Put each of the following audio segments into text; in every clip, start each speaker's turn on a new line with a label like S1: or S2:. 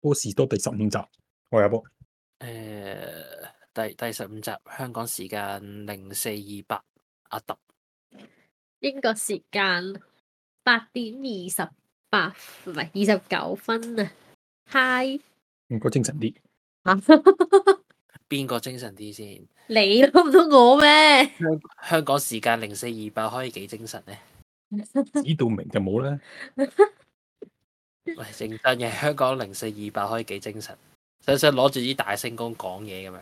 S1: 波士多第十五集，我係阿波。
S2: 诶、呃第第十五集香港時間零四二八，阿特
S3: 英國時間八點二十八，唔係二十九分啊！Hi，
S1: 唔該精神啲，
S2: 啊 邊個精神啲先？
S3: 你都唔通我咩？
S2: 香港時間零四二八可以幾精神呢？
S1: 指到明就冇啦。
S2: 喂，認真嘅，香港零四二八可以幾精神？想唔想攞住啲大聲公講嘢咁樣？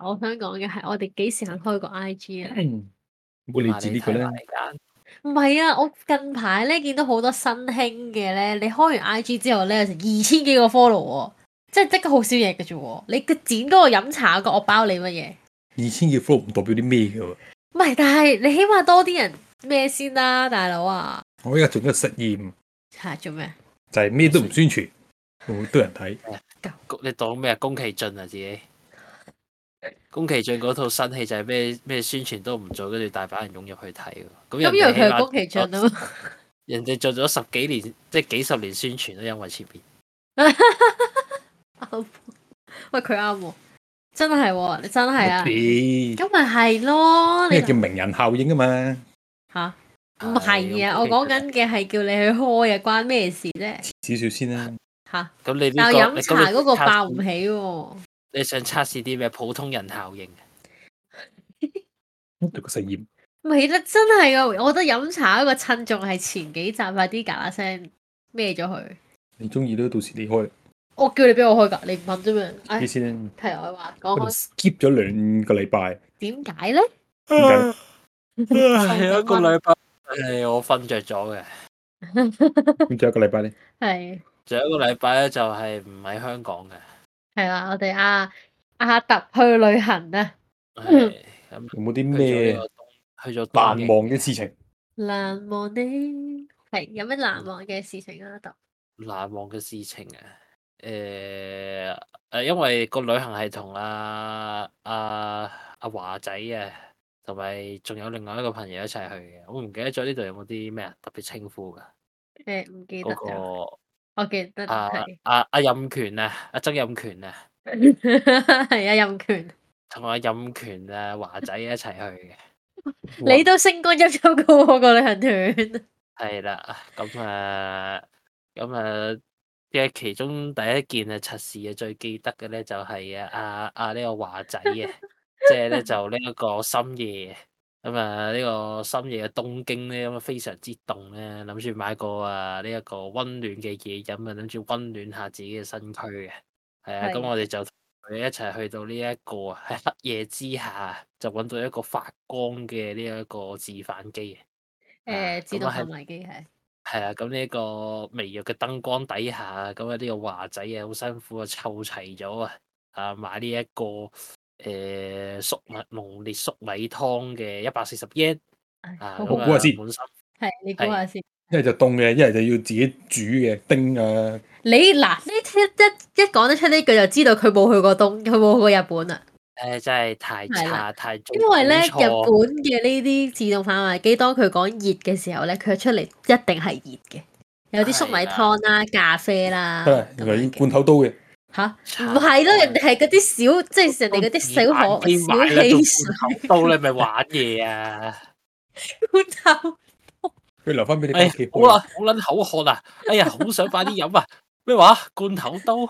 S3: 我想講嘅係我哋幾時肯開個 IG 啊？
S1: 嗯唔好理智呢個
S2: 咧
S1: 咧，，
S3: 唔係啊，我近排咧見到好多新興嘅咧，你開完 IG 之後咧，有成二千幾個 follow 喎，即係即刻好少嘢嘅啫喎。你嘅剪嗰個飲茶嗰個，我包你乜嘢？
S1: 二千嘅 follow 唔代表啲咩嘅喎。
S3: 唔係，但係你起碼多啲人咩先啦，大佬啊！
S1: 我而家做緊個實驗，
S3: 係做咩？
S1: 就係咩都唔宣傳，好多人睇。
S2: 你當咩啊？宮崎駿啊自己。宮崎駿嗰套新戲就係咩咩宣傳都唔做，跟住大把人湧入去睇喎。咁人
S3: 咁因為
S2: 哋起
S3: 佢係
S2: 碼
S3: 宮崎駿啊嘛，
S2: 人哋做咗十幾年，即係幾十年宣傳都因為前面。
S3: 啱喎喂佢啱喎，真係喎，你真係啊！
S1: 你
S3: 咁咪係咯，你
S1: 咩叫名人效應啊嘛？
S3: 吓唔係啊？我講緊嘅係叫你去開啊，關咩事啫？
S1: 少少先
S3: 啊
S1: 啦。
S3: 吓，
S2: 咁你呢、
S3: 但
S2: 個
S3: 係飲茶嗰個
S2: 你
S3: 爆唔起喎，
S2: 你想測試啲咩普通人效應？
S1: 做個實驗，
S3: 唔係啦，真係噶！我覺得飲茶嗰個趁仲係前幾集快啲嘎啦聲孭咗佢，
S1: 你中意都到時你開
S3: 我叫你俾我開㗎，你唔肯啫嘛？唉
S1: 啲，先啦。
S3: 題外話
S1: 我
S3: 講
S1: 哋
S3: 開，
S1: skip 咗兩個禮拜，
S3: 點解咧？
S1: 點解？
S2: 係啊一個禮拜，誒我瞓着咗嘅。
S1: 咁仲有一個禮拜咧，
S3: 係。
S2: 仲有一個禮拜咧，就係唔喺香港嘅。
S3: 系啦，啊我哋阿阿特去旅行啊，
S2: 係咁
S1: 有冇啲
S2: 去咗
S1: 咩
S2: 呢個東去咗
S1: 難
S2: 東
S1: 忘嘅事情？
S3: 難忘呢係有咩難忘嘅事情啊？阿特
S2: 京難忘嘅事情啊！誒誒，因為個旅行係同阿阿阿華仔啊，同埋仲有另外一個朋友一齊去嘅。我唔記得咗呢度有冇啲咩啊特別稱呼㗎
S3: 诶，誒唔記得
S2: 嗰
S3: 咗，
S2: 個。
S3: 我記得
S2: 啊
S3: 係
S2: 啊啊任權啊，阿曾任權啊，
S3: 係 啊任權，
S2: 同阿任權啊華仔一齊去嘅，
S3: 你都升官入咗個喎個旅行團，
S2: 係啦，咁啊，咁啊，嘅其中第一件啊測試啊最記得嘅咧就係啊啊啊呢個華仔嘅，即係咧就呢一個深夜。咁啊，呢個深夜嘅東京咧，咁啊非常之凍咧，諗住買個啊呢一個温暖嘅嘢飲啊，諗住温暖下自己嘅身軀嘅。係啊，咁
S3: 係
S2: 我哋就同佢一齊去到呢一個 喺黑夜之下，就揾到一個發光嘅呢一個自販機嘅。
S3: 诶
S2: 啊
S3: 自
S2: 咁
S3: 動
S2: 啊係
S3: 販賣機係
S2: 係啊，咁呢個微弱嘅燈光底下，咁啊呢個華仔啊好辛苦啊湊齊咗啊，啊買呢、一個誒、粟米濃烈粟米湯嘅一百四十 yen
S3: 唉
S2: 啊，
S3: 好
S2: 咁
S1: 我
S2: 啊
S1: 估下先
S2: 滿心
S3: 係你估
S2: 係
S3: 下先，
S1: 一係就凍嘅，一係就要自己煮嘅，叮啊，
S3: 你嗱呢一一一講得出呢句就知道佢冇去過東，佢冇去過日本啦。
S2: 誒真係太
S3: 係啦
S2: 差太做
S3: 因為咧，日
S2: 估錯
S3: 本嘅呢啲自動販賣機，當佢講熱嘅時候咧，佢出嚟一定係熱嘅，有啲粟米湯啦、咖啡啦
S1: 係
S3: 啊咁
S1: 原來要
S3: 樣嘅
S1: 罐頭刀嘅，
S3: 嚇，唔係
S2: 啊
S3: 咯，人哋係嗰啲小，即係人哋嗰啲小可小汽水
S2: 到你咪玩嘢啊！
S3: 罐頭，
S1: 佢留翻俾你翻
S2: 哎呀
S1: 屋企，
S2: 好啦，
S3: 啊
S2: 好撚口渴啊！哎呀，好想快啲飲啊！咩話？罐頭 刀？我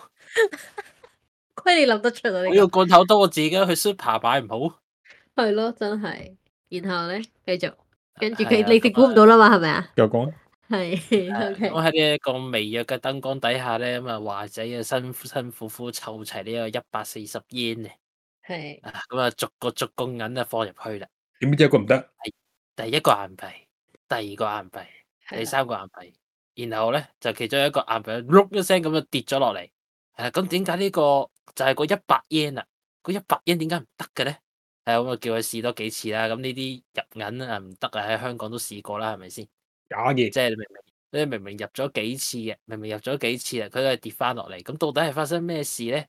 S3: 虧你諗得出啊到呢
S2: 要罐頭刀，我自己去 super 買唔好。
S3: 個，係咯，真係。然後咧，繼續，跟住
S2: 係
S3: 佢
S2: 啊
S3: 你哋估唔到啦嘛，係咪啊？
S1: 又講
S3: 係
S2: 咁啊
S3: OK，
S2: 喺呢一個微弱嘅燈光底下咧，咁啊華仔啊辛苦辛苦苦湊齊呢個一百四十 yen
S3: 係
S2: 啊，咁啊逐個逐個銀啊放入去啦。
S1: 點知一個唔得，
S2: 第一個硬幣，第二個硬幣，第
S3: 係啦
S2: 三個硬幣，然後咧就其中一個硬幣碌一聲咁就跌咗落嚟。係啦咁點解呢個就係個一百 yen 啦？個一百 yen 點解唔得嘅咧？係啊咁啊，叫佢試多幾次啦。咁呢啲入銀啊唔得啊，喺香港都試過啦，係咪先？
S1: 假嘅，
S2: 即係你明明你明明入咗幾次嘅，明明入咗幾次啊，佢都係跌翻落嚟。咁到底係發生咩事咧？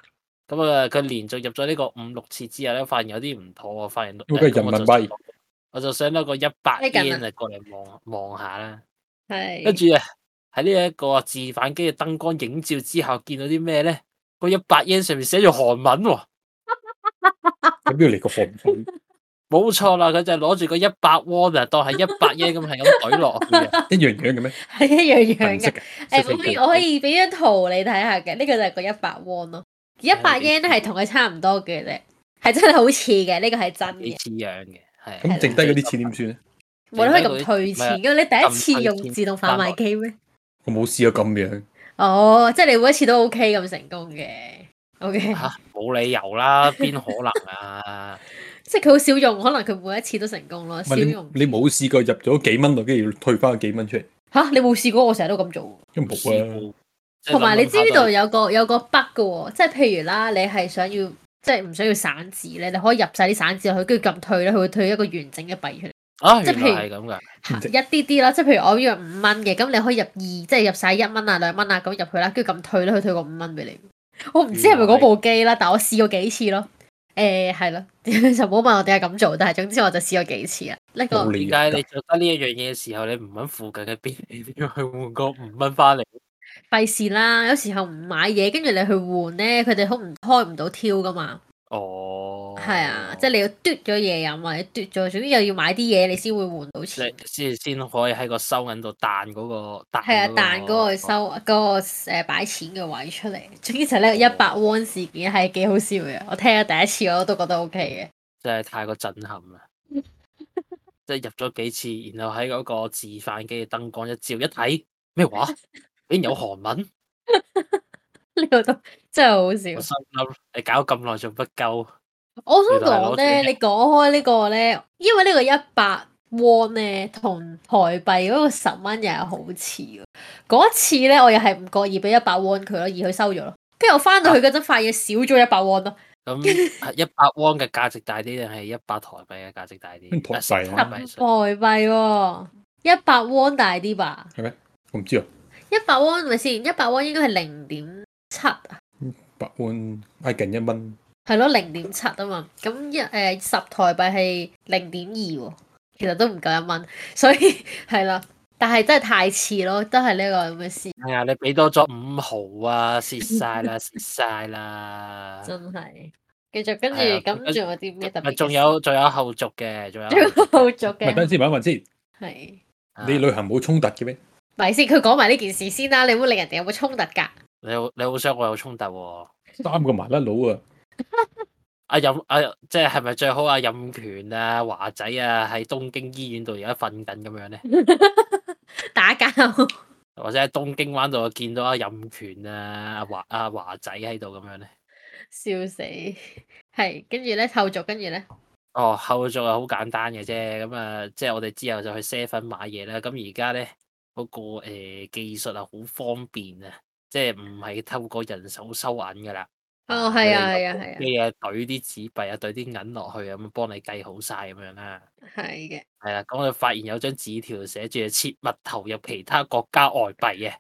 S2: 咁啊，佢連續入咗呢個五六次之後咧，發現有啲唔妥啊，發現
S1: 因為佢係
S2: 咁我
S1: 人
S2: 就
S1: 民幣
S2: 想我就想攞個一百
S3: 呢個人
S2: yen 啊過嚟望望下啦。
S3: 係
S2: 跟住啊，喺呢一個自販機嘅燈光影照之後，見到啲咩咧？個一百 yen 上面寫住韓文喎、
S1: 咁要嚟個韓文，
S2: 冇錯啦，佢就係攞住個一百 won 啊，當係一百 yen 咁係咁懟落去啊 嘅。
S1: 一樣樣嘅咩？
S3: 係一樣樣
S1: 顏色
S3: 嘅。
S1: 嘅，
S3: 誒，
S1: 識
S3: 我可以
S1: 飛
S3: 我可以俾張圖你睇下嘅，呢、個就係個一百 won 咯，一百
S2: 幾
S3: yen 係同佢差唔多嘅啫，係真係好似嘅，呢、個係真
S2: 幾
S3: 嘅，
S2: 似樣嘅，係啊
S1: 咁剩低嗰啲錢點算咧？
S3: 冇得可以咁退錢
S2: 唔
S3: 嘅，你第一次
S2: 撳
S3: 用
S2: 退
S3: 自動販賣機咩？
S1: 我冇試過咁樣，
S3: 哦，即係你每一次都 OK 咁成功嘅，OK，
S2: 嚇冇理由 啦，邊可能啊？
S3: 即係佢好少用，可能佢每一次都成功咯，
S1: 唔
S3: 少
S1: 係你
S3: 用
S1: 你冇試過入咗幾蚊落，跟住要退翻幾蚊出嚟，
S3: 吓，你冇試過？我成日都咁做。
S1: 因為冇啊。
S2: 即係諗諗下都
S3: 同埋你知呢度有個有個 bug 嘅喎，即係譬如啦，你係想要即係唔想要散紙咧，你可以入晒啲散紙落去，跟住撳退咧，佢會退一個完整嘅幣出嚟，
S2: 啊，
S3: 即係
S2: 原
S3: 譬
S2: 來
S3: 如
S2: 係咁噶，
S1: 完整
S3: 一啲啲啦。即係譬如我要入五蚊嘅，咁你可以入二，即係入晒一蚊啊、兩蚊啊咁入去啦，跟住撳退咧，佢退個五蚊俾你。我唔知係咪嗰部機啦，但我試過幾次咯。誒係咯， 就冇問我點解咁做，但係總之我就試過幾次啊。呢、個
S1: 冇理
S2: 點
S1: 由㗎
S2: 解你做得呢一樣嘢嘅時候，你唔揾附近嘅便利店去換個五蚊翻嚟？
S3: 費事啦，有時候唔買嘢，跟住你去換咧，佢哋好唔開唔到挑噶嘛。
S2: 哦，
S3: 係啊，即係你要嘟咗嘢飲或者嘟咗，總之又要買啲嘢你先會換到錢。
S2: 你先先可以喺個收銀度彈嗰個彈
S3: 係啊，
S2: 嗰個
S3: 彈嗰個收嗰個誒擺錢嘅位出嚟。總之就
S2: 哦
S3: 呢個一百 won 事件係幾好笑嘅，我聽咗第一次我都覺得 OK
S2: 真係太過震撼 啦！即係入咗幾次，然後喺嗰個自販機嘅燈光一照一睇，咩話？竟然有韓文，
S3: 嘅。呢 個都真係啊好笑
S2: 我。心諗你搞咁耐仲不夠，
S3: 我
S2: 原
S3: 想
S2: 來
S3: 講
S2: 攞錢
S3: 咧，
S2: 嘅
S3: 你講開呢個咧，因為呢個一百 won 咧同台幣嗰個十蚊又係好似嘅。嗰一次咧，我又係唔覺意俾一百 won 佢咯，而佢收咗咯。跟住我翻到去嗰陣，發現少咗一百 won 咯，
S2: 咁啊一百汪嘅價值大啲定係一百台幣嘅價值大
S1: 嗯
S2: 啲？
S1: 台
S2: 啊十
S1: 幣啊
S3: 十
S2: 台
S3: 台
S2: 幣
S3: 幣喎，一百 won 大啲吧？
S1: 我唔知啊，
S3: 一百 won 咪先，一百 won 應該係零點七啊，
S1: 百蚊挨近一蚊，
S3: 係咯，零點七啊嘛。咁一誒十台幣係零點二喎，其實都唔夠一蚊，所以 係啦。但係真係太似咯，都係呢個咁嘅事，
S2: 係啊，你俾多咗五毫啊，蝕晒啦，蝕晒啦。
S3: 真係。繼續跟住
S2: 係啊
S3: 咁仲有啲咩特別嘅
S2: 咪
S3: 事？
S2: 仲 有仲有後續嘅，仲有
S3: 仲有
S2: 後續
S3: 後續
S1: 唔係等
S3: 嘅
S1: 陣先問一問先，
S3: 係
S2: 啊
S1: 你旅行冇衝突嘅咩？
S3: 咪先？佢講埋呢件事先啦，你會令人哋有冇衝突㗎？
S2: 你好你好想我有衝突喎？
S1: 三個麻甩佬啊，
S2: 阿任阿啊即係係咪最好阿任權啊華仔啊喺東京醫院度而家瞓緊咁樣咧？
S3: 嗯打交
S2: 或者喺東京灣度見到阿任權啊阿華阿華仔喺度咁樣咧？
S3: 笑死，係跟住咧後續跟住咧。
S2: 哦，後續係好簡單嘅啫，咁啊，即係我哋之後就去 seven 買嘢啦。咁而家咧嗰個誒技術啊，好方便啊，即係唔係透過人手收銀噶啦。
S3: 哦，係啊，係
S2: 你
S3: 啊，係啊，
S2: 你啊，懟啲紙幣啊，懟啲銀落去啊咁，幫你計好晒咁樣啦。
S3: 係嘅。
S2: 係啦，咁我就發現有張紙條寫住切勿投入其他國家外幣嘅。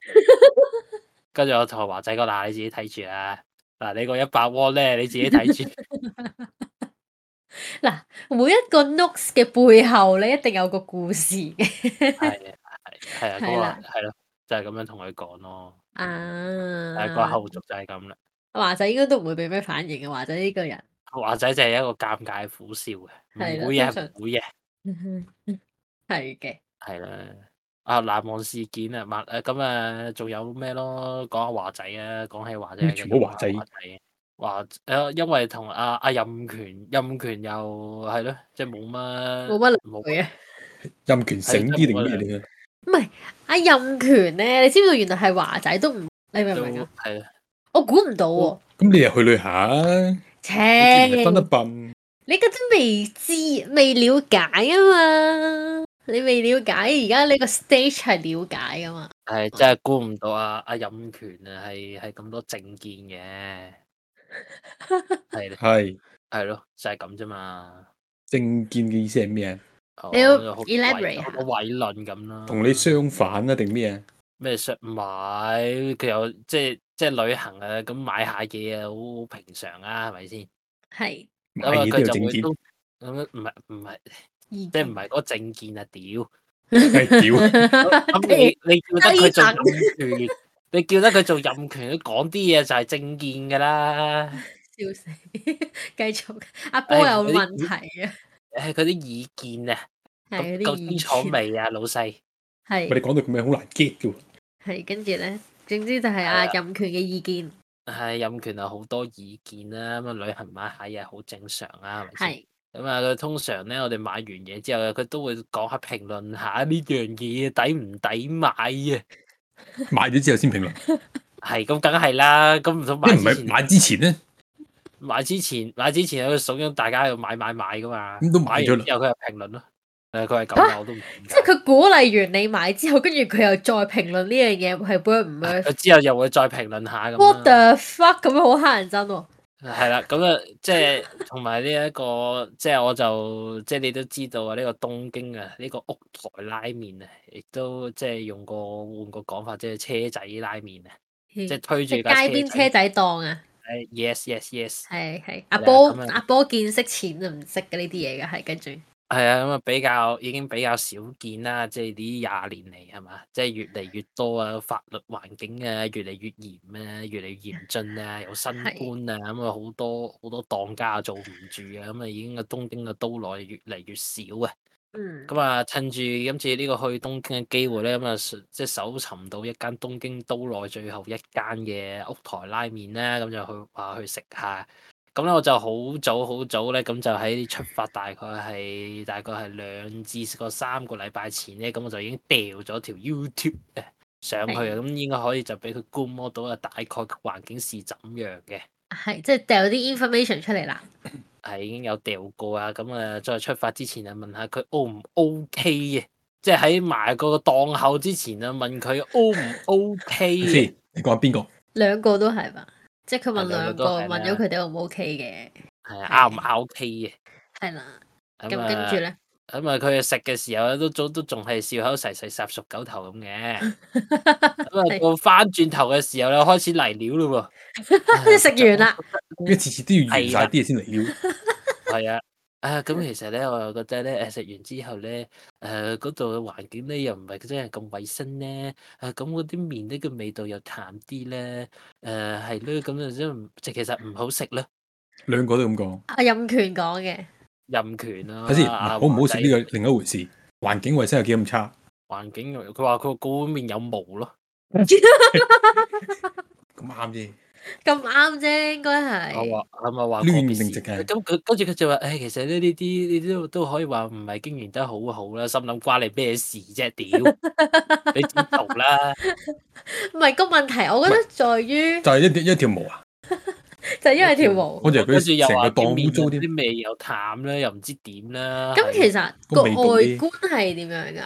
S2: 跟住我同華仔講嗱，你自己睇住啦。嗱，你個一百窩咧，你自己睇住。
S3: 每一個 notes 嘅背後咧，一定有個故 事嘅。
S2: 係啊係啊，
S3: 係
S2: 嗰
S3: 啦
S2: 個係咯，就係咁樣同佢講咯。但係個
S3: 啊，
S2: 後續就係咁啦。
S3: 華仔應該都唔會俾咩反應嘅，華仔呢個人。
S2: 華仔就係一個尷尬苦笑嘅，
S3: 係啦
S2: 唔會嘅，
S3: 通常
S2: 唔會嘅，
S3: 係嘅，
S2: 係啦。啊，難忘事件啊，萬誒咁啊，仲有咩咯？講下華仔啊，講起華仔
S3: 嗯
S1: 咩
S2: 繼
S1: 全部
S2: 續
S1: 華
S2: 講下
S1: 仔
S2: 華仔。華誒，因為同阿阿任權，任權又係咯，即係冇乜
S3: 冇乜
S2: 冇
S3: 佢啊。
S1: 任權醒啲定咩嚟嘅？
S3: 阿啊任權咧，你知唔知道原來係華仔都唔，你明
S2: 都
S3: 唔明啊？
S2: 係啊
S3: 我估唔到喎。
S1: 咁你又去旅行，你之前係分得
S3: 切，
S1: 笨，
S3: 你嗰啲未知、未了解啊嘛，你未了解，而家呢個 stage 係了解啊噶嘛。
S2: 係真係估唔到啊！阿任權啊，係係咁多政見嘅，係
S1: 係
S2: 係咯，就係咁啫嘛。
S1: 政見嘅意思係咩啊？
S2: 哦
S3: 你要
S2: 就好
S3: elaborate
S2: 偉
S3: 下
S2: 好多偉論咁啦。
S1: 同你相反啊定咩啊？
S2: 咩想買？佢又即係即係旅行啊，咁買下嘢啊，好平常啊，係咪先？
S3: 係，
S1: 買
S2: 咁啊，
S1: 嘢都
S2: 佢
S1: 有
S2: 就
S1: 政
S2: 會
S1: 見，
S2: 都咁樣唔係唔係，
S3: 即
S2: 即係唔係嗰個政見啊？屌，
S1: 係 屌，
S2: 咁 你你叫得佢做任權，你叫得佢做任權，講啲嘢就係政見噶啦。
S3: 笑死！ 繼續，阿波有
S2: 你
S3: 問題啊，
S2: 誒，佢啲意見啊，咁
S3: 係嗰
S2: 夠
S3: 啲意
S2: 清楚
S3: 見，
S2: 未啊，老細？
S1: 我
S3: 係
S1: 哋講到咁樣好難 get 嘅喎。
S3: 係跟住咧，總之就係阿
S2: 係啊
S3: 任權嘅意見
S2: 係任權啊，好多意見啦，咁啊旅行買下嘢好正常啊，係咪先？
S3: 係
S2: 咁啊，佢通常咧，我哋買完嘢之後，佢都會講下評論下呢樣嘢抵唔抵買啊？
S1: 買咗之後先評 論，
S2: 係咁，梗係啦。咁唔通買
S1: 因為唔
S2: 之
S1: 係
S2: 前
S1: 買之前咧，
S2: 買之前買之前喺度慫恿大家喺度買買買噶嘛？
S1: 咁都買
S2: 買完
S1: 咗啦
S2: 之後佢又評論咯。誒，佢係咁啊，我都唔明
S3: 即係佢鼓勵完你買之後，跟住佢又再評論呢樣嘢係 work 唔
S2: 㗎
S3: work？
S2: 佢之後又會再評論下咁
S3: What
S2: 啦。
S3: the fuck 咁樣好乞人憎喎！
S2: 係啦，咁啊，即係同埋呢一個，即係我就即係你都知道啊，呢個東京啊，呢個屋台拉麵啊，亦都即係用個換個講法，即係車仔拉麵啊，即係推住
S3: 即係
S2: 架哎
S3: 街邊車仔檔啊，
S2: 仔，yes yes yes，
S3: 係係阿
S2: 係啊
S3: 波
S2: 咁啊
S3: 阿波見識淺就唔識嘅呢啲嘢嘅，係跟住
S2: 係啊，咁啊比較已經比較少見啦，即係呢廿年嚟係嘛，即係越嚟越多啊，法律環境啊越嚟越嚴啊，越嚟越嚴峻啊，有新
S3: 係
S2: 官啊，咁啊好多好多檔家做唔住啊，咁啊已經個東京嘅都內越嚟越少啊，
S3: 嗯
S2: 咁啊趁住今次呢個去東京嘅機會咧，咁啊順即係搜尋到一間東京都內最後一間嘅屋台拉麵啦，咁就去話去食下。咁咧我就好早好早咧，咁就喺出發大概係大概係兩至個三個禮拜前咧，咁我就已經掉咗條 YouTube 誒上去啊，咁應該可以就俾佢觀摩到啊大概嘅環境是怎樣嘅，
S3: 係即係掉啲 information 出嚟啦，
S2: 係已經有掉過啊，咁啊再出發之前啊問下佢 O 唔 OK 嘅，即係喺埋個檔口之前啊問佢 O 唔 OK
S1: 你
S2: 嘅。
S1: 先，你講
S2: 嗯
S1: 邊個？
S3: 兩個都係嘛，即係佢問
S2: 係兩
S3: 兩
S2: 個
S3: 個
S2: 都係啦啊
S3: 問咗佢哋 O 唔 OK
S2: 係啊，拗唔拗 K 嘅？
S3: 嘅，係啦，
S2: 咁
S3: 咁跟住
S2: 啊，
S3: 咧，
S2: 咁啊，佢食嘅時候咧，都都都仲係笑口噬噬霎熟狗頭咁 嘅。咁啊，
S3: 係
S2: 到翻轉頭嘅時候咧，開始嚟料 咯
S3: 即係
S2: 喎。
S3: 食完啦，
S1: 因為次次都要完晒啲嘢先嚟料，
S2: 係啊，啊咁
S1: 嗯
S2: 其實咧，我又覺得咧，誒食完之後咧，誒嗰度嘅環境咧又唔係真係咁衞生咧，誒咁嗰啲麵呢個味道又淡啲咧，誒係咯，咁就真係唔即係其實唔好食咯，
S1: 兩個都咁講。
S3: 阿啊任權講嘅，
S2: 任權啦、啊。
S1: 睇先，
S2: 啊
S1: 好唔好食呢
S2: 華
S1: 個另一回事。環境衞生有幾咁差，
S2: 仔環境？佢話佢個碗麵有毛咯，
S1: 咁啱啫。
S3: 咁啱啫，應該
S2: 我
S3: 係
S2: 話係咪話
S1: 亂
S2: 個別
S1: 定
S2: 事
S1: 直嘅
S2: 咁佢跟住佢就話，誒、其實呢呢啲呢啲都都可以話唔係經營得好好啦，心諗關你咩事啫？屌，你自己做啦。
S3: 唔係個問題？我覺得在於
S1: 就係一條一條毛啊！
S3: 就因為條毛。
S1: 我以為
S2: 跟住
S1: 佢
S2: 又
S1: 成個
S2: 話啲
S1: 檔
S2: 麵
S1: 污糟
S2: 啊
S1: 添。
S2: 啲味又淡啦，又唔知點啦。
S3: 咁其
S2: 實
S3: 實
S1: 個
S3: 個
S1: 味道
S3: 外
S1: 啲
S3: 觀係點樣㗎？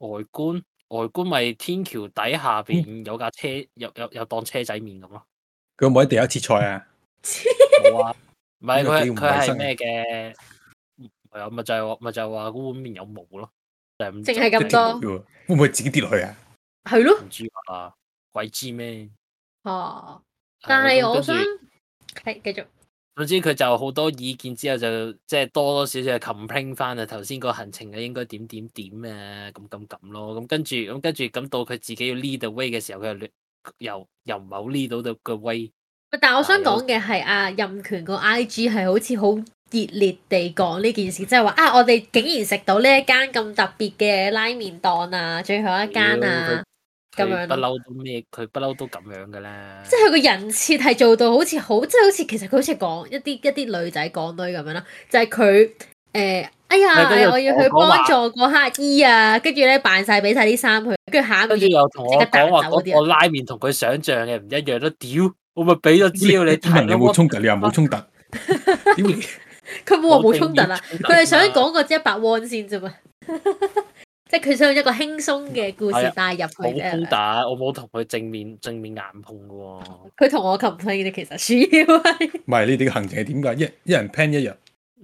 S2: 外觀外觀咪天橋底下邊
S3: 嗯
S2: 有架車，有有有當車仔麵咁 咯。
S1: 佢有冇喺地下切菜啊？
S2: 冇啊，唔係
S1: 呢個幾
S2: 佢
S1: 唔
S2: 佢
S1: 衞
S2: 係
S1: 生啊
S2: 咩嘅？係啊，咪就係話咪就係話嗰碗麵有毛咯，就係咁
S3: 淨係
S1: 即
S2: 啊
S3: 咁
S1: 係
S3: 多
S1: 條條會唔會自己跌落去啊？
S3: 係咯，
S2: 唔知啊，鬼知咩？
S3: 哦。
S2: 係
S3: 但
S2: 啊
S3: 係
S2: 咁
S3: 我
S2: 跟住
S3: 想係繼續
S2: 總之佢就好多意見之後就即係多多少少係 complain 翻啊，頭先個行程啊應該點點點啊，咁咁咁咯，咁跟住咁跟住咁到佢自己要 lead the way 嘅時候，佢又亂又又唔係好 lead 到到個 way，
S3: 喂但係我想
S2: 係
S3: 講嘅係啊，任權個 I G 係好似好熱烈地講呢件事，即係話啊，我哋竟然食到呢一間咁特別嘅拉麵檔啊，最後一間啊，
S2: 佢
S3: 咁樣
S2: 不
S3: 咯
S2: 嬲都咩，佢不嬲都咁樣噶啦，
S3: 即係佢個人設係做到好似好，即係好似其實佢好似講一啲一啲女仔港女咁樣啦，就係佢誒，哎呀，
S2: 係跟住
S3: 我要去
S2: 我講話
S3: 幫助個乞衣啊，跟住咧扮晒俾晒啲衫佢，跟住下一個
S2: 跟住
S3: 月
S2: 又同我
S3: 即刻
S2: 講話
S3: 彈走嗰啲
S2: 嗰個拉麵同佢想象嘅唔一樣咯，屌我咪俾咗資料 你睇
S1: 問你有冇
S2: 咯，
S1: 衝突？你話冇 衝突。屌你！
S3: 佢冇話冇衝突啦。佢係想
S2: 講。
S3: 講個一百 one 先啫嘛，即係佢想用一個輕鬆嘅故
S2: 係
S3: 事
S2: 啊
S3: 帶入去
S2: 冇衝
S3: 啫。
S2: 突，啊我冇同佢正面正面硬碰嘅喎、
S3: 佢同我 complain 嘅其實主要係
S1: 唔係你哋嘅行程係點㗎？一一人 plan 一日，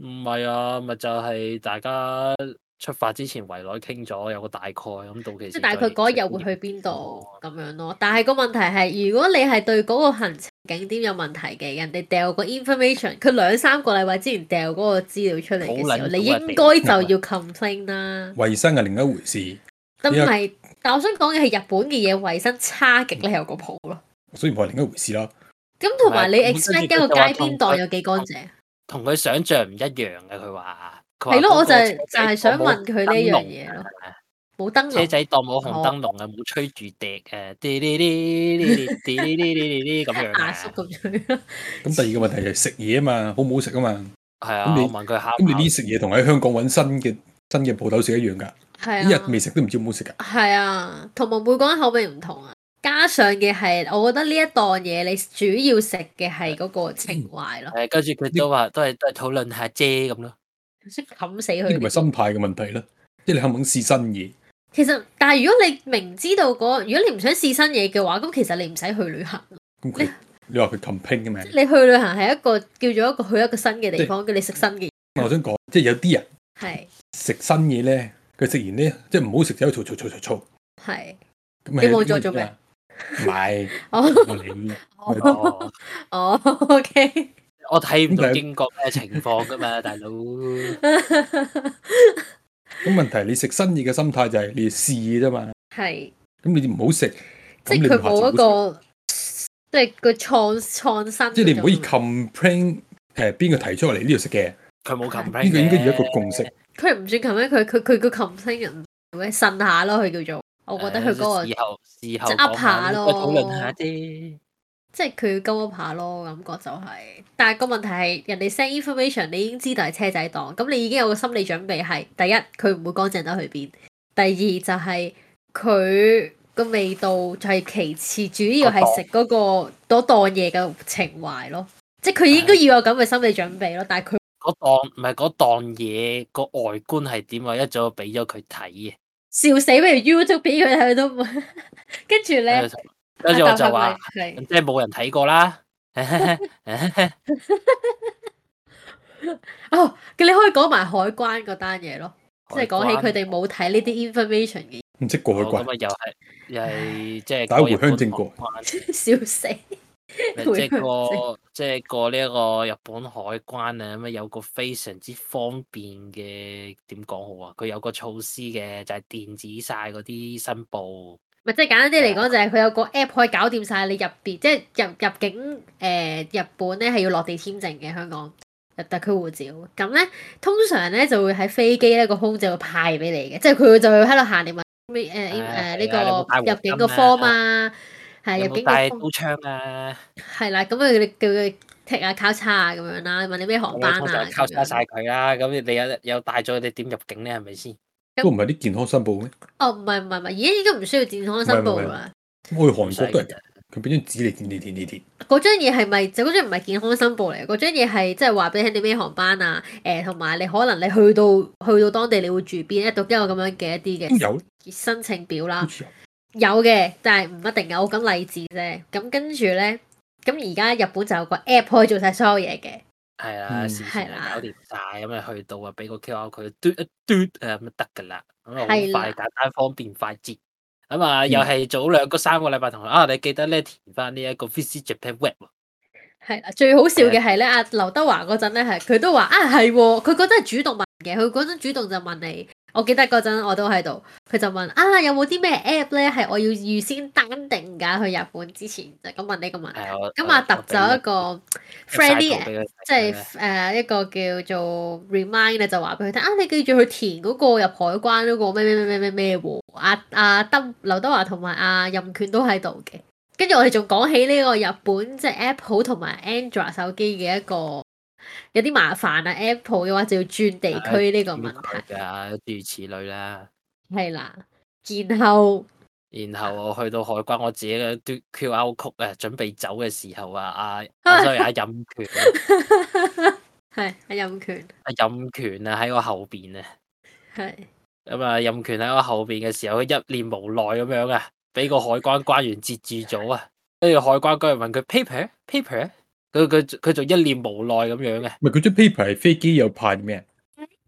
S2: 唔係啊，咪就係大家出發之前圍內傾咗，有個大概咁，到期
S3: 即係大概嗰一日會去邊度咁樣咯。但係個問題係，如果你係對嗰個行程景點有問題嘅，人哋掉個 information，佢兩三個禮拜之前掉嗰個資料出嚟嘅時
S2: 好撚
S3: 候，
S2: 早啊
S3: 你應該就要 complain 啦。
S1: 衞生係另一回事。
S3: 但唔
S1: 呢個
S3: 係，但我想講嘅係日本嘅嘢衞生差極咧，有個譜咯。
S1: 雖然我係另一回事啦。
S3: 咁同埋你
S2: 唔係咁跟
S3: expect 一
S2: 住
S3: 個
S2: 佢就
S3: 街
S2: 話
S3: 邊
S2: 同
S3: 檔
S2: 佢
S3: 有幾乾淨？
S2: 同佢想象唔一樣嘅。佢話佢話
S3: 係咯，
S2: 嗰個
S3: 我就係
S2: 車
S3: 就
S2: 仔
S3: 係想
S2: 檔冇
S3: 問佢呢
S2: 燈
S3: 樣
S2: 籠
S3: 嘢
S2: 啊
S3: 咯，冇燈
S2: 車
S3: 籠。
S2: 仔當冇紅
S3: 哦
S2: 燈籠啊，冇吹住笛啊，滴哩哩哩哩滴哩哩哩哩哩咁樣啊
S3: 啊 阿叔
S2: 嘅，
S3: 咁樣，
S1: 咁第二個問題就係食嘢啊嘛，好唔好食啊嘛。
S2: 係啊，
S1: 咁你
S2: 我問佢考
S1: 咁你呢食嘢同喺香港揾新嘅新嘅鋪頭食一樣㗎，一
S3: 係
S1: 日
S3: 啊。
S1: 未食都唔知好唔好食㗎。
S3: 係啊，同埋每個人口味唔同啊。加上嘅係，我覺得呢一檔嘢你主要食嘅係嗰個情懷
S1: 嗯
S3: 咯，
S2: 誒，跟住佢都話都係都係討論下啫咁 咯，
S3: 識冚死
S1: 呢個咪
S3: 佢。
S1: 心態嘅問題啦。即係你肯唔肯試新嘢？
S3: 其實，但係如果你明知道嗰，如果你唔想試新嘢嘅話，咁其實你唔使去旅行。
S1: 咁佢你話佢 complain 嘅咩
S3: 即？係你去旅行係一個叫做一個去一個新嘅地方，叫你食新嘅嘢。
S1: 我想講，即係有啲人
S3: 係
S1: 食新嘢咧，佢食完咧，即係唔好食就喺度嘈嘈嘈嘈嘈。
S3: 係，
S1: 咁
S3: 你冇做做咩
S1: 咩？唔係，
S3: 哦
S1: 我理咪
S3: 哦
S2: 哦
S1: 嗯
S3: 哦，OK，
S2: 我睇唔到
S1: 咁就
S2: 英國咩情況噶嘛，大佬。
S1: 咁問題你食新嘢嘅心態就係你試啫嘛。
S3: 係，
S1: 咁你唔好食，
S3: 即
S1: 咁你咪
S3: 係佢
S1: 下次唔好食
S3: 冇一個，即係個創創新。
S1: 即係你唔可以 complain 誒邊個提出嚟呢度食嘅，
S2: 佢冇 complain
S1: 呢個應該要一個
S2: 嘅
S1: 共識。
S3: 佢唔算咁樣，佢佢佢個 complain 人咩呻下咯，佢叫做，我覺得佢嗰、個
S2: 誒事後事後
S3: 即係噏
S2: 講
S3: 下
S2: 下
S3: 咯
S2: 討論下啫。
S3: 即係佢鳩噏下咯，感覺就係、但係個問題係人哋 send information，你已經知道係車仔檔，咁你已經有個心理準備係第一佢唔會乾淨得去邊，第二就係佢個味道就係其次，主要係食嗰個嗰檔嘢嘅情懷咯，即係佢應該要有咁嘅心理準備咯，但係佢
S2: 嗰檔唔係嗰檔嘢個外觀係點啊？一早俾咗佢睇嘅，
S3: 笑死，譬如 YouTube 俾佢睇都唔， 跟住咧
S2: 跟。住跟住我就話，
S3: 係
S2: 即係冇人睇過啦。
S3: 哦，咁你可以講埋海關嗰單嘢咯， 即係講起佢
S2: 哋
S3: 哋冇睇呢啲 information 嘅
S1: 唔識過去
S2: 咁
S1: 關，
S2: 啊，又係又係即係
S1: 打
S2: 過
S1: 回
S2: 日
S1: 鄉
S2: 本
S1: 證
S2: 海
S1: 過
S2: 關
S3: 嘢，笑死！
S2: 咪
S3: 回
S2: 即係
S3: 鄉
S2: 過即係過呢一個日本海關啊，咁啊有個非常之方便嘅點講好啊？佢有個措施嘅就係、電子晒嗰啲申報，
S3: 咪即係簡單啲嚟講，就係佢有個 app 可以搞掂晒你入邊，即係入入境誒、呃日本咧係要落地簽證嘅香港入特區護照。咁咧通常咧就會喺飛機咧個空姐會派俾你嘅，即係佢就會喺度行你問咩
S2: 唉
S3: 誒誒
S2: 係啊你冇帶
S3: 呢個
S2: 黃
S3: 入境個
S2: 金啊
S3: form 啊，係
S2: 有
S3: 入
S2: 冇
S3: 境個
S2: 帶
S3: form
S2: 刀槍啊？
S3: 係啦，咁佢哋叫佢踢下交叉啊咁樣啦，問你咩航
S2: 咁
S3: 班
S2: 你通
S3: 啊
S2: 常，交
S3: 咁
S2: 叉
S3: 樣
S2: 晒佢啦，咁你有有帶咗你點入境咧？係咪先？
S1: 都唔係啲健康申報咩？
S3: 哦，唔係唔係唔係，而家應該唔需要健康申報啊啦。
S1: 我去韓國都係，佢俾張紙你填填填填填，
S3: 嗰張嘢係咪就嗰張唔係健康申報嚟？嗰張嘢係即係話俾你聽你咩航班啊？誒，同埋你可能你去到去到當地你會住邊？一度都有咁樣嘅一啲
S1: 都有，
S3: 嘅申請表啦
S1: 好。似有
S3: 有嘅，但係唔一定有咁勵志啫。咁跟住咧，咁而家日本就有個 app 可以做晒所有嘢嘅。
S2: 係啦，
S1: 嗯
S2: 事
S3: 係
S2: 前就
S3: 啦
S2: 搞掂晒，咁啊去到啊俾個 QR 佢嘟一嘟誒咁啊得㗎啦，咁啊好
S3: 係
S2: 快
S3: 啦
S2: 簡單方便快捷。咁啊，又
S1: 嗯
S2: 係早兩個三個禮拜同學啊，你記得咧填翻呢一個 Visit Japan Web 喎
S3: 係啦，啊最好笑嘅係咧，阿劉德華嗰陣咧係佢都話啊係喎，佢嗰陣係主動問嘅，佢嗰陣主動就問你，我記得嗰陣我都喺度，佢就問啊有冇啲咩 app 咧係我要預先單定㗎去日本之前就咁問呢個問題。
S2: 係啊我
S3: 咁
S2: 我
S3: 阿特
S2: 我俾
S3: 就一
S2: 一
S3: 個
S2: 一晒
S3: friend 啲
S2: 圖
S3: 嘅，
S2: 俾佢睇啊
S3: 即係
S2: 啦
S3: 誒一個叫做 remind 咧，就話俾佢聽啊，你記住去填嗰個入海關嗰個咩咩咩咩咩咩喎。阿阿德劉德華同埋阿任權都喺度嘅。跟住我哋仲講起呢個日本即係 Apple 同埋 Android 手機嘅一個有啲麻煩啊，Apple 嘅話就要轉地區呢個問題
S2: 㗎，啊諸如此類啦。
S3: 係啦。然後
S2: 然後我去到海關，我自己嘅嘟 QR code 啊，準備走嘅時候啊，阿阿 sorry 阿任權啊
S3: 係阿任權
S2: 阿任權啊喺我後邊啊，
S3: 係
S2: 咁啊任權喺我後邊嘅時候，佢一臉無奈咁樣啊，俾個海關關員截住咗啊，跟住海關關員問佢 paper paper，佢佢佢仲一臉無奈咁樣嘅，
S1: 咪佢張 paper 係飛機有派咩？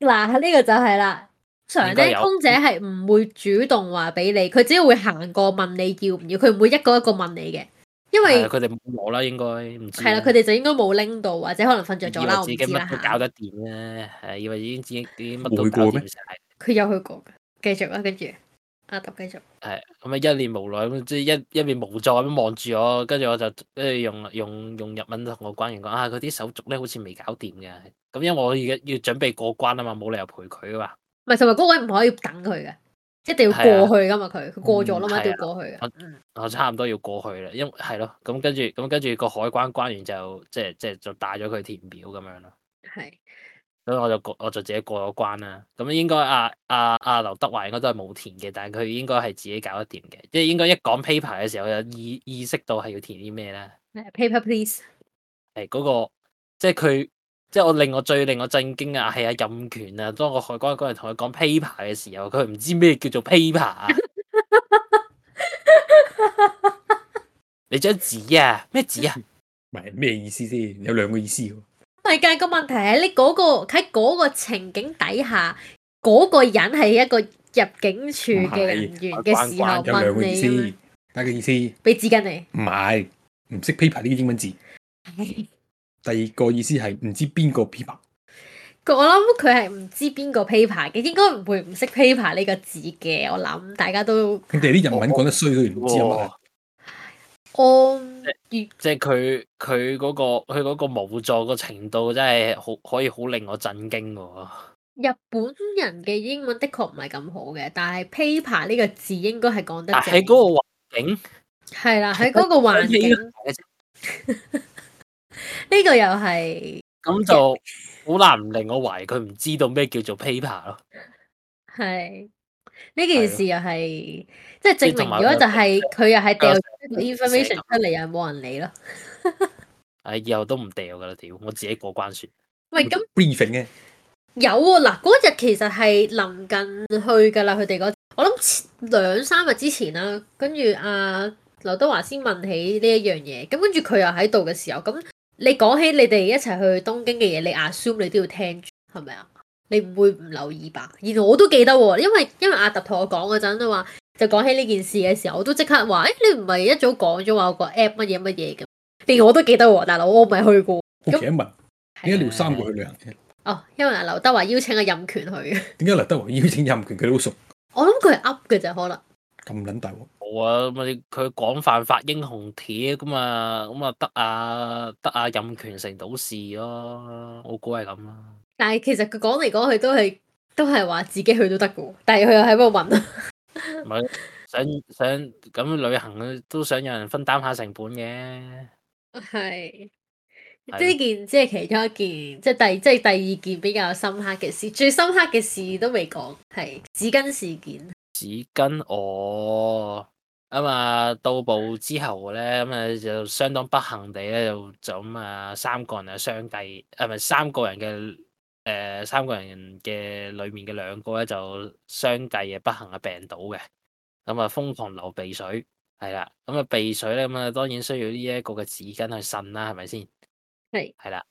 S3: 嗱，呢個就係啦。通常
S2: 應該
S3: 咧，
S2: 有
S3: 空姐係唔會主動話俾你，佢只會行過問你要唔要，佢唔會一個一個問你嘅，因
S2: 係
S3: 為
S2: 啊佢哋冇攞啦，應該唔知啊。
S3: 係啦，佢哋就應該冇拎到，或者可能瞓着咗啦，我
S2: 以
S3: 唔
S2: 為
S3: 知
S2: 自己
S3: 啦
S2: 乜都搞
S3: 嚇。
S2: 得掂咧，係以為已經自己已經乜都
S1: 會
S2: 搞
S1: 過咩
S2: 掂晒。
S3: 佢有去過嘅，繼續啦，跟住阿揼繼續。
S2: 係咁啊！一面無奈咁，即係一一面無助咁望住我，跟住我就跟住用用用日文同我關員講啊，佢啲手續咧好似未搞掂嘅。咁因為我而家要準備過關啊嘛，冇理由陪佢啊嘛。
S3: 唔係，同埋嗰位唔可以等佢嘅，一定要過去噶嘛。佢佢過咗啦嘛，
S2: 嗯
S3: 一定要過去嘅。
S2: 我差唔多要過去啦，因為係咯，咁跟住咁跟住個海關關員就即係即係就帶咗佢填表咁樣咯。
S3: 係
S2: 咁我就過我就自己過咗關啦。咁應該阿阿阿劉德華應該都係冇填嘅，但係佢應該係自己搞得掂嘅，即係應該一講 paper 嘅時候就意意識到係要填啲咩啦。
S3: 係啊 paper please。
S2: 係嗰、個即係佢，即係我令我最令我震驚啊！係啊，任權啊，當個海關嗰人同佢講 paper 嘅時候，佢唔知咩叫做 paper 啊！你張紙啊，咩紙啊？
S1: 唔係咩意思先？有兩個意思喎。
S3: 唔係㗎，個問題係你嗰個喺嗰個情景底下，嗰個人係一個入境處嘅人員嘅時候
S2: 唔係關關
S1: 有兩
S3: 問
S1: 個
S3: 你
S1: 意
S3: 㗎嘛
S1: 思，第一個意思唔
S3: 俾紙巾你。
S1: 係唔識 paper 呢啲英文字，第二個意思係唔知邊個 paper。
S3: 我諗佢係唔知邊個 paper 嘅，應該唔會唔識 paper 呢個字嘅。我諗大家都
S1: 佢哋啲日文講得衰到唔知啊嘛
S2: 哇。
S3: 我
S2: 即係佢佢嗰個佢嗰個無助個程度真係好可以好令我震驚喎！
S3: 日本人嘅英文的確唔係咁好嘅，但係 paper 呢個字應該係講得
S2: 但
S3: 正
S2: 喺嗰個環境，
S3: 係啦，喺嗰個環境
S2: 喺呢
S3: 呢 個又係
S2: 咁就好難唔令我懷疑佢唔知道咩叫做 paper 咯。
S3: 係呢件事又係即係證
S2: 同
S3: 明
S2: 埋
S3: 咗就係佢又係掉
S2: 佢
S3: 一個 information 出嚟，又冇人理咯。
S2: 唉，以後都唔掉噶啦，屌！我自己過關算。
S3: 喂，咁
S1: briefing 嘅
S3: 有喎嗱，嗰日其實係臨近去㗎啦，佢哋嗰我諗前兩三日之前啦，跟住阿劉德華先問起呢一樣嘢，咁跟住啊佢又喺度嘅時候，咁你講起你哋一齊去東京嘅嘢，你 assume 你都要聽住，係咪啊？你唔會唔留意吧？然後我都記得喎，因為因為阿特同我講嗰陣都話，就講起呢件事嘅時候，我都即刻話：，誒、哎你唔係一早講咗話有個 app 乜嘢乜嘢嘅？連我都記得喎，大佬，我唔係去過。
S1: 好奇一問，點解你要
S2: 係啊
S1: 三個去旅行嘅？
S3: 哦，因為阿劉德華邀請阿任權去嘅。
S1: 點解劉德華邀請任權佢都好熟
S3: 我諗佢係噏嘅啫，可能
S1: 咁撚大鑊？
S2: 冇啊，咁啊佢廣泛發英雄帖咁啊，咁啊得啊得啊任權成到事咯，我估係咁啦。啊
S3: 但係其實佢講嚟講去都係都係話自己去都得嘅喎，但係佢又喺度問，
S2: 唔係想想咁旅行都想有人分擔下成本嘅，
S3: 係
S2: 係
S3: 呢件只係其中一件，即係第即係第二件比較深刻嘅事，最深刻嘅事都未講，係紙巾事件。
S2: 紙巾我咁啊到步之後咧，咁啊就相當不幸地咧就就咁啊三個人啊相繼啊唔係三個人嘅誒、呃三個人嘅裡面嘅兩個咧就相繼啊不幸啊病倒嘅，咁啊瘋狂流鼻水係啦，咁啊鼻水咧咁啊當然需要呢一個嘅紙巾去擤啦，係咪先？
S3: 係
S2: 係啦。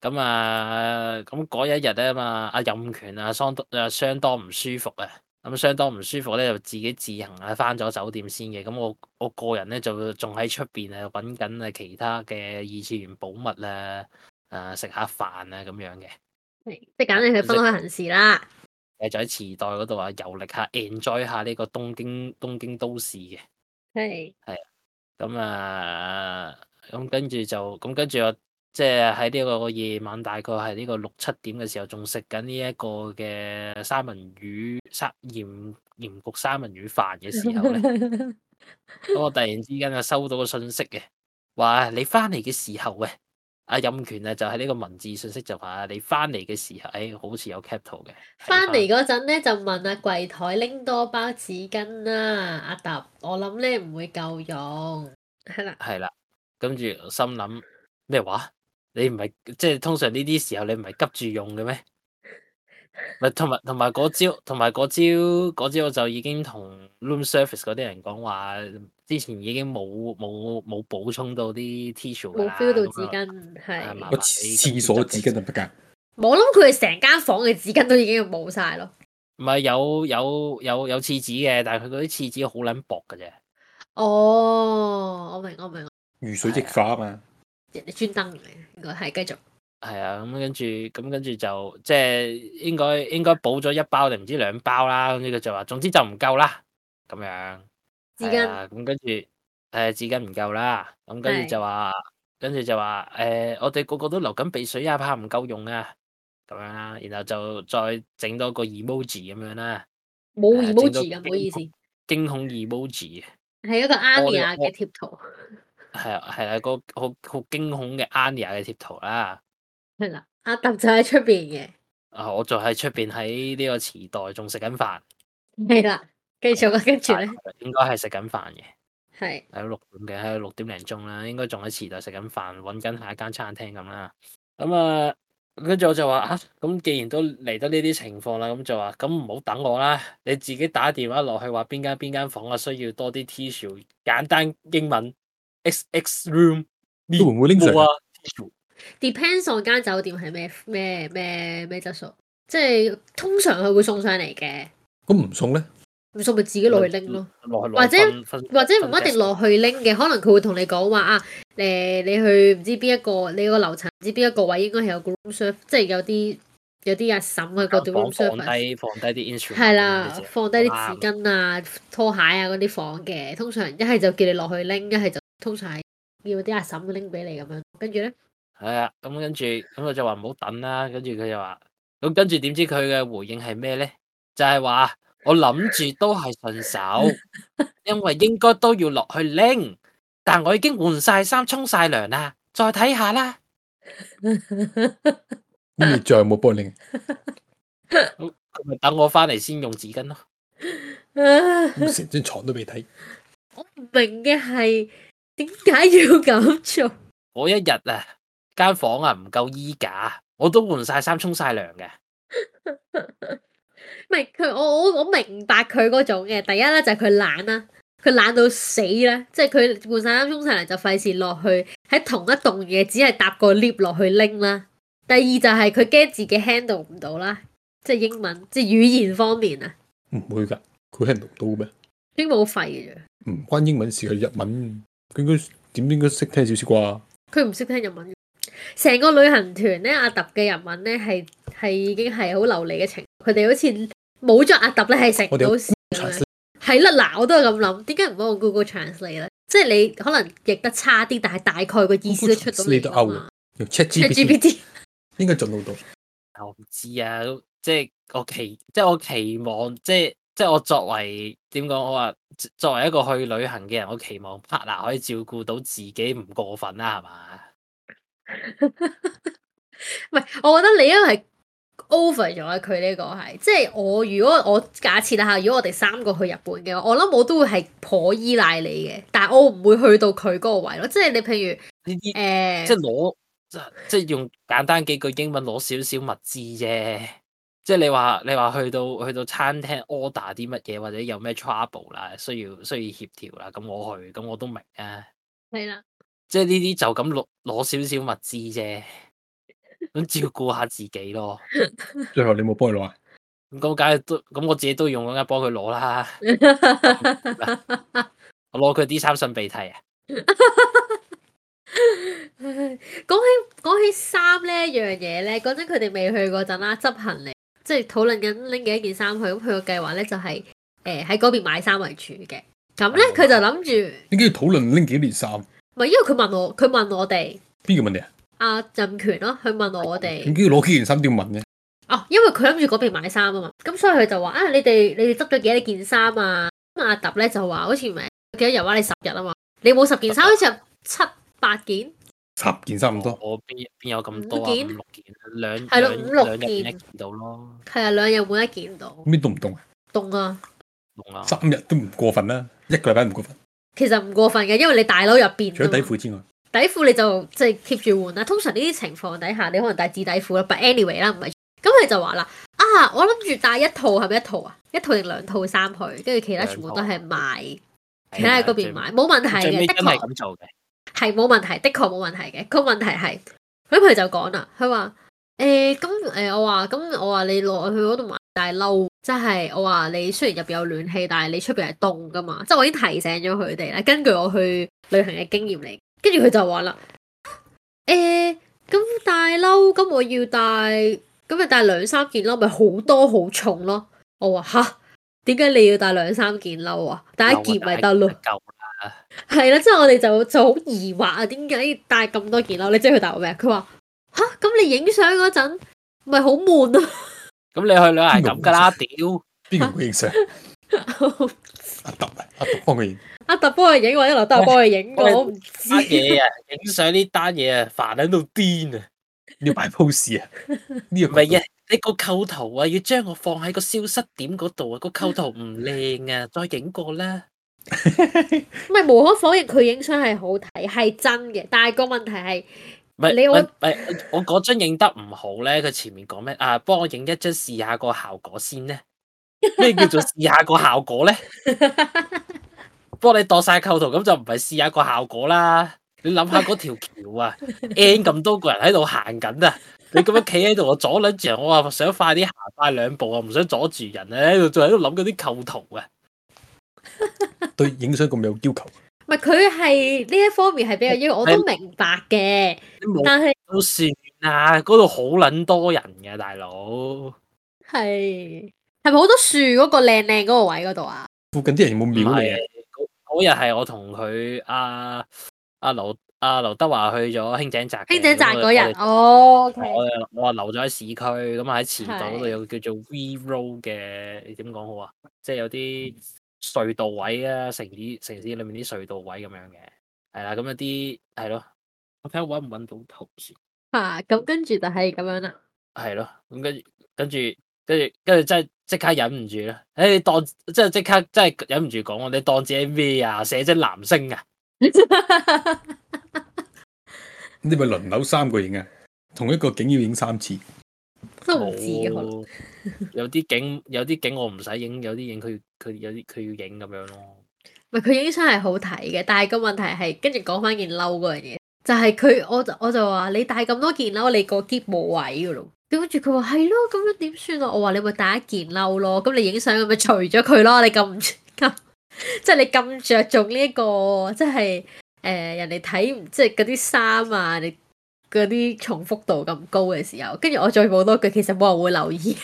S2: 咁啊，咁嗰一日咧嘛，阿任權啊，相當啊相當唔舒服啊，咁相當唔舒服咧，就自己自行啊翻咗酒店先嘅。咁我我個人咧就仲喺出邊啊揾緊啊其他嘅二次元寶物啊，啊食下飯啊咁樣嘅，
S3: 係即係簡直係分開行事啦，
S2: 誒就喺池袋嗰度啊遊歷下，enjoy 下呢個東京東京都市嘅。
S3: 係
S2: 咁啊，咁跟住就咁跟住我即係喺呢個夜晚，大概係呢個六七點嘅時候，仲食緊呢一個嘅三文魚三鹽鹽焗三文魚飯嘅時候咧，咁我突然之間就啊收到個信息嘅，話你翻嚟嘅時候嘅，阿任權啊就喺呢個文字信息就話你翻嚟嘅時候，誒、好似有 cap 圖嘅，睇
S3: 翻嚟嗰陣咧就問阿櫃台拎多包紙巾啦，阿揼，我諗咧唔會夠用，係啦，
S2: 係啦，跟住我心諗咩話？你唔係即係通常呢啲時候你唔係急住用嘅咩？咪同埋同埋嗰朝同埋嗰朝嗰朝我就已經同 room service 嗰啲人講話，之前已經冇冇冇補充到啲 tissue 㗎
S3: 冇
S2: 啦
S3: feel 到
S2: 咁
S3: 紙
S2: 啊
S3: 巾
S2: 啊
S3: 係
S2: 麻。
S1: 我廁所紙巾就得㗎，
S3: 我諗佢哋成間房嘅紙巾都已經冇晒咯。
S2: 唔係有有有有廁紙嘅，但係佢嗰啲廁紙好撚薄嘅啫。
S3: 哦，我明我明，
S1: 遇水即化啊嘛。
S3: 人哋專登嘅，應該係繼續。
S2: 係啊，咁跟住，咁跟住就即係應該應該補咗一包定唔知兩包啦。跟住佢就話，總之就唔夠啦。咁樣。
S3: 紙
S2: 係
S3: 巾
S2: 啊咁跟住誒紙巾唔夠啦，咁跟
S3: 係
S2: 住就話，跟住就話誒、我哋個個都流緊鼻水啊，怕唔夠用啊，咁樣啦，然後就再整多個 emoji 咁樣啦，
S3: 冇
S2: 係啊
S3: emoji
S2: 整
S3: 嘅，
S2: 到
S3: 唔好意思，係
S2: 驚恐 emoji
S3: 一個 Anya
S2: 我
S3: 嘅貼圖，
S2: 係啊係啊，個好好驚恐嘅 Anya 嘅貼圖啦，
S3: 係啦，阿特就喺出邊嘅，
S2: 啊我就喺出邊喺呢個時代仲食緊飯，
S3: 係啦，繼續啊，跟住咧
S2: 應該係食緊飯嘅。
S3: 係
S2: 喺六點嘅，喺六點零鐘啦，應該仲喺池袋食緊飯，揾緊下一間餐廳咁啦。咁啊，跟住我就話啊，咁既然都嚟到呢啲情況啦，咁就話咁唔好等我啦，你自己打電話落去話邊間邊間房啊，需要多啲 tissue，簡單英文 X X room
S1: 會唔會拎上
S2: 冇啊 tissue
S3: depends on 間酒店係咩咩咩咩質素，即係通常佢會送上嚟嘅，
S1: 咁唔送咧？
S3: 唔送咪自己落去拎咯。
S2: 落去攞
S3: 或者
S2: 分分
S3: 或者唔一定落去拎嘅，可能佢會同你講話啊，誒、你去唔知邊一個，你個樓層唔知邊一個位應該係有個 room service，即係有啲有啲阿嬸喺嗰度 room
S2: 放放
S3: service，
S2: 低放低啲 instrument，
S3: 係
S2: 啊
S3: 啦，放低啲
S2: 啱
S3: 紙巾啊、拖鞋啊嗰啲放嘅，通常一係就叫你落去拎，一係就通常係要啲阿嬸拎俾你咁樣，跟住咧
S2: 系啊，咁跟住咁我就話唔好等啦，跟住佢就話，咁跟住點知佢嘅回應係咩咧？就係話我諗住都係順手，因為應該都要落去拎，但我已經換晒衫、沖晒涼啦，再睇下啦。
S1: 咁你仲有冇幫 你拎？啊
S2: 咁咪等我翻嚟先用紙巾咯。
S3: 啊
S1: 咁成張床都未睇，
S3: 我唔明嘅係點解要咁做？
S2: 我一日啊，間房啊唔夠衣架，我都換晒衫、沖晒涼嘅。
S3: 唔係佢，我我我明白佢嗰種嘅。第一咧就係佢懶啦，佢懶到死啦，即係佢換晒衫沖晒涼就費事落去喺同一棟嘢，只係搭個 lift 落去拎啦。第二就係佢驚自己 handle 唔到啦，即係英文，即係語言方面啊，
S1: 唔會㗎，佢係讀到嘅咩？
S3: 已經冇肺嘅啫。
S1: 唔關英文事，佢日文，佢應該點應該識聽少少啩？
S3: 佢唔識聽日文嘅。成個旅行團咧，阿揼嘅日文咧係係已經係好流利嘅程度，佢哋好似冇咗阿揼咧係食唔
S1: 我哋有
S3: 到屎咁樣
S2: 嗯
S1: Translate
S3: 係啦，嗱，我都係咁諗，點解唔好用 Google Translate 咧？即係你可能譯得差啲，但係大概個意思都出到
S1: Google Translate
S3: 嚟
S1: 都
S3: 㗎
S1: out
S3: 嘛
S1: 啦。用 ChatGPT
S3: GPT
S1: 應該盡到到。
S2: 我唔知啊，咁即係我期，即係我期望，即係即係我作為點講，我話作作為一個去旅行嘅人，我期望 partner 可以照顧到自己，唔過分啦，係嘛？
S3: 唔係，我覺得你因為係 over 咗啊佢呢個係，即係我如果我假設啦嚇，如果我哋三個去日本嘅話，我諗我都會係頗依賴你嘅，但係我唔會去到佢嗰個位咯。即係你譬如
S2: 呢啲
S3: 誒。
S2: 即係攞即係即係用簡單幾句英文攞少少物資啫。即係你話你話去到去到餐廳 order 啲乜嘢，或者有咩 trouble 啦，需要需要協調啦，咁我去，咁我都明啊。
S3: 係啦，
S2: 即係呢啲就咁攞攞少少物資啫，咁照顧下自己咯。
S1: 最後你冇幫佢攞啊？
S2: 咁梗係都咁我自己都用嗰間幫佢攞啦，我攞佢 D 三擤鼻涕啊，
S3: 講起講起衫呢一樣嘢咧，嗰陣佢哋未去嗰陣啦，執行李即係討論緊拎幾多件衫去，咁佢個計劃咧就係誒喺嗰邊買衫為主嘅。咁
S1: 哦
S3: 咧佢就諗住，
S1: 點解要討論拎幾件衫？
S3: 唔係因為佢問我，佢問我哋
S1: 邊個問你啊？
S3: 阿任權咯，佢問我
S1: 點
S3: 哋啊
S1: 解要攞幾件衫都要問嘅？
S3: 哦，因為佢諗住嗰邊買衫啊嘛，咁所以佢就話啊，你哋你哋執咗幾多件衫啊？咁阿揼咧就話好似唔係幾多日話你十日啊嘛，你冇十件 衫，好似有七八件。
S1: 十件衫咁多，
S2: 我邊邊有咁多啊？五
S3: 五件
S2: 六件啊，兩
S3: 係咯
S2: 兩
S3: 五六
S2: 兩日
S3: 件
S2: 一件到咯，
S3: 係啊，兩日每一件到，
S1: 咩都唔凍啊？
S3: 凍啊！
S2: 用啊，
S1: 三日都唔過分啦，一個禮拜唔過分，
S3: 其實唔過分嘅，因為你大佬入
S2: 嗯
S3: 邊啊
S1: 除咗底
S3: 底
S1: 褲之 外，
S3: 褲你就即係 keep 住換啦。通常呢啲情況底下，你可能帶紙底褲啦，but anyway 啦，唔係。咁佢就話啦，啊，我諗住帶一套係咪一套啊？一套定兩套衫去，跟住其他全部都係賣，其他喺嗰邊
S2: 買，
S3: 買，冇問題
S2: 最
S3: 嘅，
S2: 尾
S3: 的
S2: 真係
S3: 確
S2: 咁做嘅，
S3: 係冇問題，的確冇問題嘅。個問題係，咁佢就講啦，佢話誒咁誒，我話咁我話你落去嗰度買大褸，即係我話你雖然入邊有暖氣，但係你出邊係凍噶嘛，即係我已經提醒咗佢哋啦。根據我去旅行嘅經驗嚟，跟住佢就話啦，誒、咁大褸，咁我要帶，咁咪帶兩三件褸，咪好多好重咯。我話吓，點解你要帶兩三件褸啊？帶一件咪得咯。
S2: 夠啦，
S3: 係啦，即係我哋就就好疑惑啊，點解要帶咁多件褸？你知佢答我咩？佢話吓咁你影相嗰陣咪好悶啊
S2: 咁
S3: 咯。
S2: 你去旅行係咁噶啦，屌！
S1: 邊個同佢影相？阿揼啊，阿揼幫佢影。
S3: 阿特幫佢影或者劉德華幫佢影，
S2: 喂
S3: 我唔知
S2: 單。嘢啊，影相呢單嘢啊，煩喺度 癲啊！
S1: 你要擺 pose 啊？呢
S2: 唔
S1: 個
S2: 係啊，你個構圖啊，要將我放喺個消失點嗰度啊，個構圖唔靚啊，再影過啦。
S3: 唔係無可否認，佢影相係好睇，係真嘅。但係個問題係，
S2: 唔係
S3: 你
S2: 唔
S3: 我
S2: 係唔係我嗰張影得唔好咧，佢前面講咩啊？幫我影一張試下個效果先咧。咩叫做試下個效果咧？幫你度晒構圖咁就唔係試下個效果啦。你諗下嗰條橋啊，N 咁多個人喺度行緊啊，你咁樣企喺度，我阻撚住人，我話想快啲行快兩步啊，唔想阻住人啊，喺度仲喺度諗嗰啲構圖啊。
S1: 對影相咁有要求，
S3: 唔係佢係呢一方面係比較因為我都明白嘅，
S2: 你冇
S3: 但係
S2: 都算啦，嗰度好撚多人嘅大佬。
S3: 係係咪好多樹嗰個靚靚嗰個位嗰度啊？
S1: 附近啲人有冇
S2: 唔
S1: 秒你
S2: 係
S1: 啊？
S2: 嗰日係我同佢阿阿劉阿劉德華去咗興井澤嘅，
S3: 輕井澤嗰日
S2: 咁，啊
S3: 哦，OK，
S2: 我哋我我留咗喺市區，咁啊喺前度嗰度
S3: 係
S2: 有個叫做 V Road 嘅，你點講好啊？即係有啲隧道位啊，城市城市裏面啲隧道位咁樣嘅，係啦，咁有啲係咯，我睇下揾唔揾到圖先，
S3: 嚇咁跟住就係咁樣啦。
S2: 係咯，咁跟住跟住跟住跟住真係即刻忍唔住啦，誒、你當即係即刻真係忍唔住講我，你當自己咩啊？寫真男星啊！
S1: 你咪輪流三個影啊？同一個景要影三次，
S3: 都唔知嘅可能。
S2: 冇有啲景有啲景我唔使影，有啲影佢佢有啲佢要影咁樣咯。
S3: 唔係佢影相係好睇嘅，但係個問題係跟住講翻件褸嗰樣嘢，就係、佢我就我就話你帶咁多件褸，你個篋冇位噶咯。跟住佢話係咯，咁樣點算啊？我話你咪帶一件褸咯，咁你影相咪除咗佢咯。你咁唔 咁即係你咁着重呢、一個，即係誒、呃人哋睇唔即係嗰啲衫啊，你嗰啲重複度咁高嘅時候，跟住我再補多句，其實冇人會留意。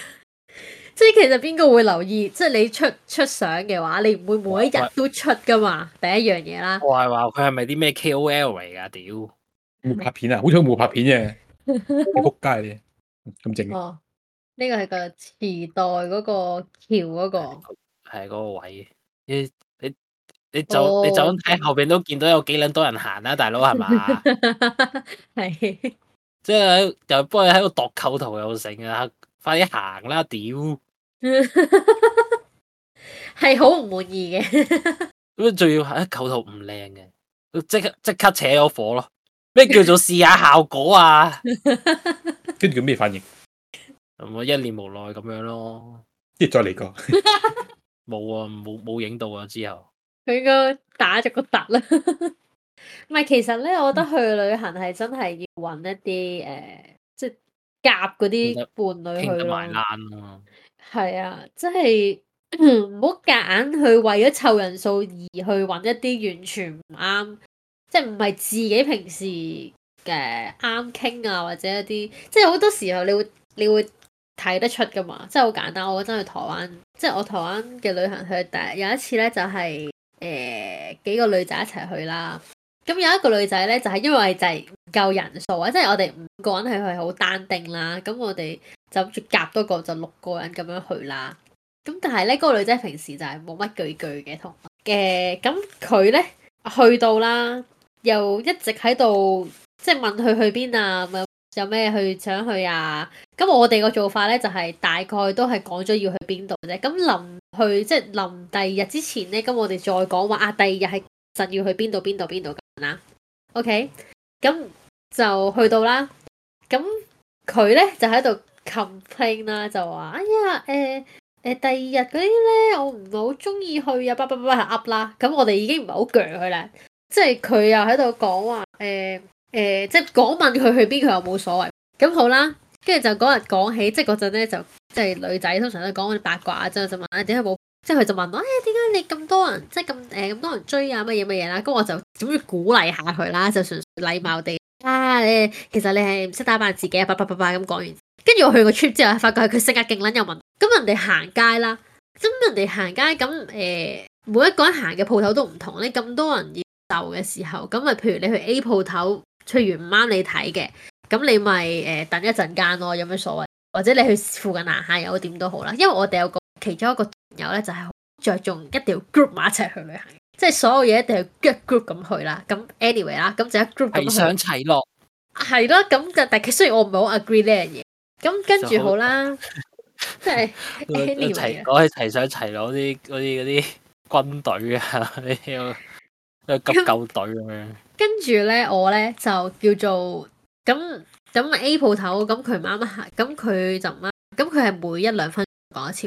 S3: 即係其實邊個會留意？即係你出出相嘅話，你唔會每一日都出噶嘛。第一樣嘢啦，
S2: 我係話佢係咪啲咩 KOL 嚟噶？屌，
S1: 冇拍片啊？
S3: 嗯
S1: 好彩冇拍片 啫，你仆街你咁正嘅，
S3: 哦，呢個係個時代嗰個橋嗰個。
S2: 係嗰個位。你你你就你就
S3: 哦
S2: 咁睇後邊都見到有幾撚多人行啦，大佬係 嘛？
S3: 係
S2: 即係又幫你喺度度構圖又成啊！快啲行啦，屌！
S3: 係好唔滿意嘅，
S2: 咁仲要係構圖唔靚嘅，即刻即刻扯咗火咯。咩叫做試下效果啊？
S1: 跟住佢咩反應？
S2: 咁啊我一臉無奈咁樣咯。
S1: 跟住再嚟過，
S2: 冇啊，冇冇影到啊！之後
S3: 佢應該打咗個突啦。唔係，其實咧，我覺得去旅行係真係要揾一啲誒、呃即係夾嗰啲伴侶
S2: 傾
S3: 去
S2: 得埋欄
S3: 咯。
S2: 啊咯，
S3: 係啊，即係嗯唔好夾硬去為咗湊人數而去揾一啲完全唔啱，即係唔係自己平時嘅啱傾啊，或者一啲即係好多時候你會你會睇得出噶嘛，即係好簡單。我嗰陣去台灣，即係我台灣嘅旅行去第有一次咧就係、誒、幾個女仔一齊去啦。咁有一個女仔咧，就係、因為就係唔夠人數啊，即係我哋五個人係去好單定啦。咁我哋就諗住夾多個就六個人咁樣去啦。咁但係咧，嗰、個女仔平時就係冇乜句句嘅同我嘅，咁佢咧去到啦，又一直喺度即係問佢去邊啊，咁樣有咩去想去啊？咁我哋個做法咧就係、大概都係講咗要去邊度啫。咁臨去即係臨第二日之前咧，咁我哋再講話啊，第二日係實要去邊度邊度邊度咁樣啦。OK，咁就去到啦。咁佢咧就喺度 complain 啦，就話：哎呀，誒、誒、第二日嗰啲咧，我唔係好中意去啊，叭叭叭係噏啦。咁我哋已經唔係好鋸佢啦，即係佢又喺度講話誒誒，即係講問佢去邊，佢又冇所謂。咁好啦，跟住就嗰日講起，即係嗰陣咧就即係女仔通常都講嗰啲八卦啊，之後就問啊點解冇，即係佢就問我：哎呀，點解你咁多人，即係咁誒咁多人追啊乜嘢乜嘢啦？咁我就總之鼓勵下佢啦，就純粹禮貌地啊誒，其實你係唔識打扮自己啊，叭叭叭叭咁講完。跟住我去個 trip 之後，發覺係佢性格勁撚有問題。咁人哋行街啦，咁人哋行街咁诶、每一個人行嘅鋪頭都唔同咧，咁多人要鬥嘅時候，咁咪譬如你去 A 鋪頭，翠完唔啱你睇嘅，咁你咪诶、等一陣間咯，有咩所謂？或者你去附近行下又點都好啦，因為我哋有個其中一個友咧就係好着重一定要 group 埋一齊去旅行，即係所有嘢一定要 group group 咁去啦。咁 anyway 啦，咁就一 group 咁
S2: 齊
S3: 去
S2: 上齊落，
S3: 係咯，咁就但係雖然我唔係好 agree 呢樣嘢，咁跟
S2: 就
S3: 住
S2: 好啊
S3: 好啦，即係
S2: 一
S3: anyway
S2: 齊
S3: 啦
S2: 講起齊上齊落嗰啲嗰啲嗰啲軍隊啊， 嗰啲嗰啲急救隊咁樣，
S3: 跟住咧，我咧就叫做咁咁 A 鋪頭，咁佢唔啱行，咁佢就唔啱，咁佢係每一兩分鐘講一次，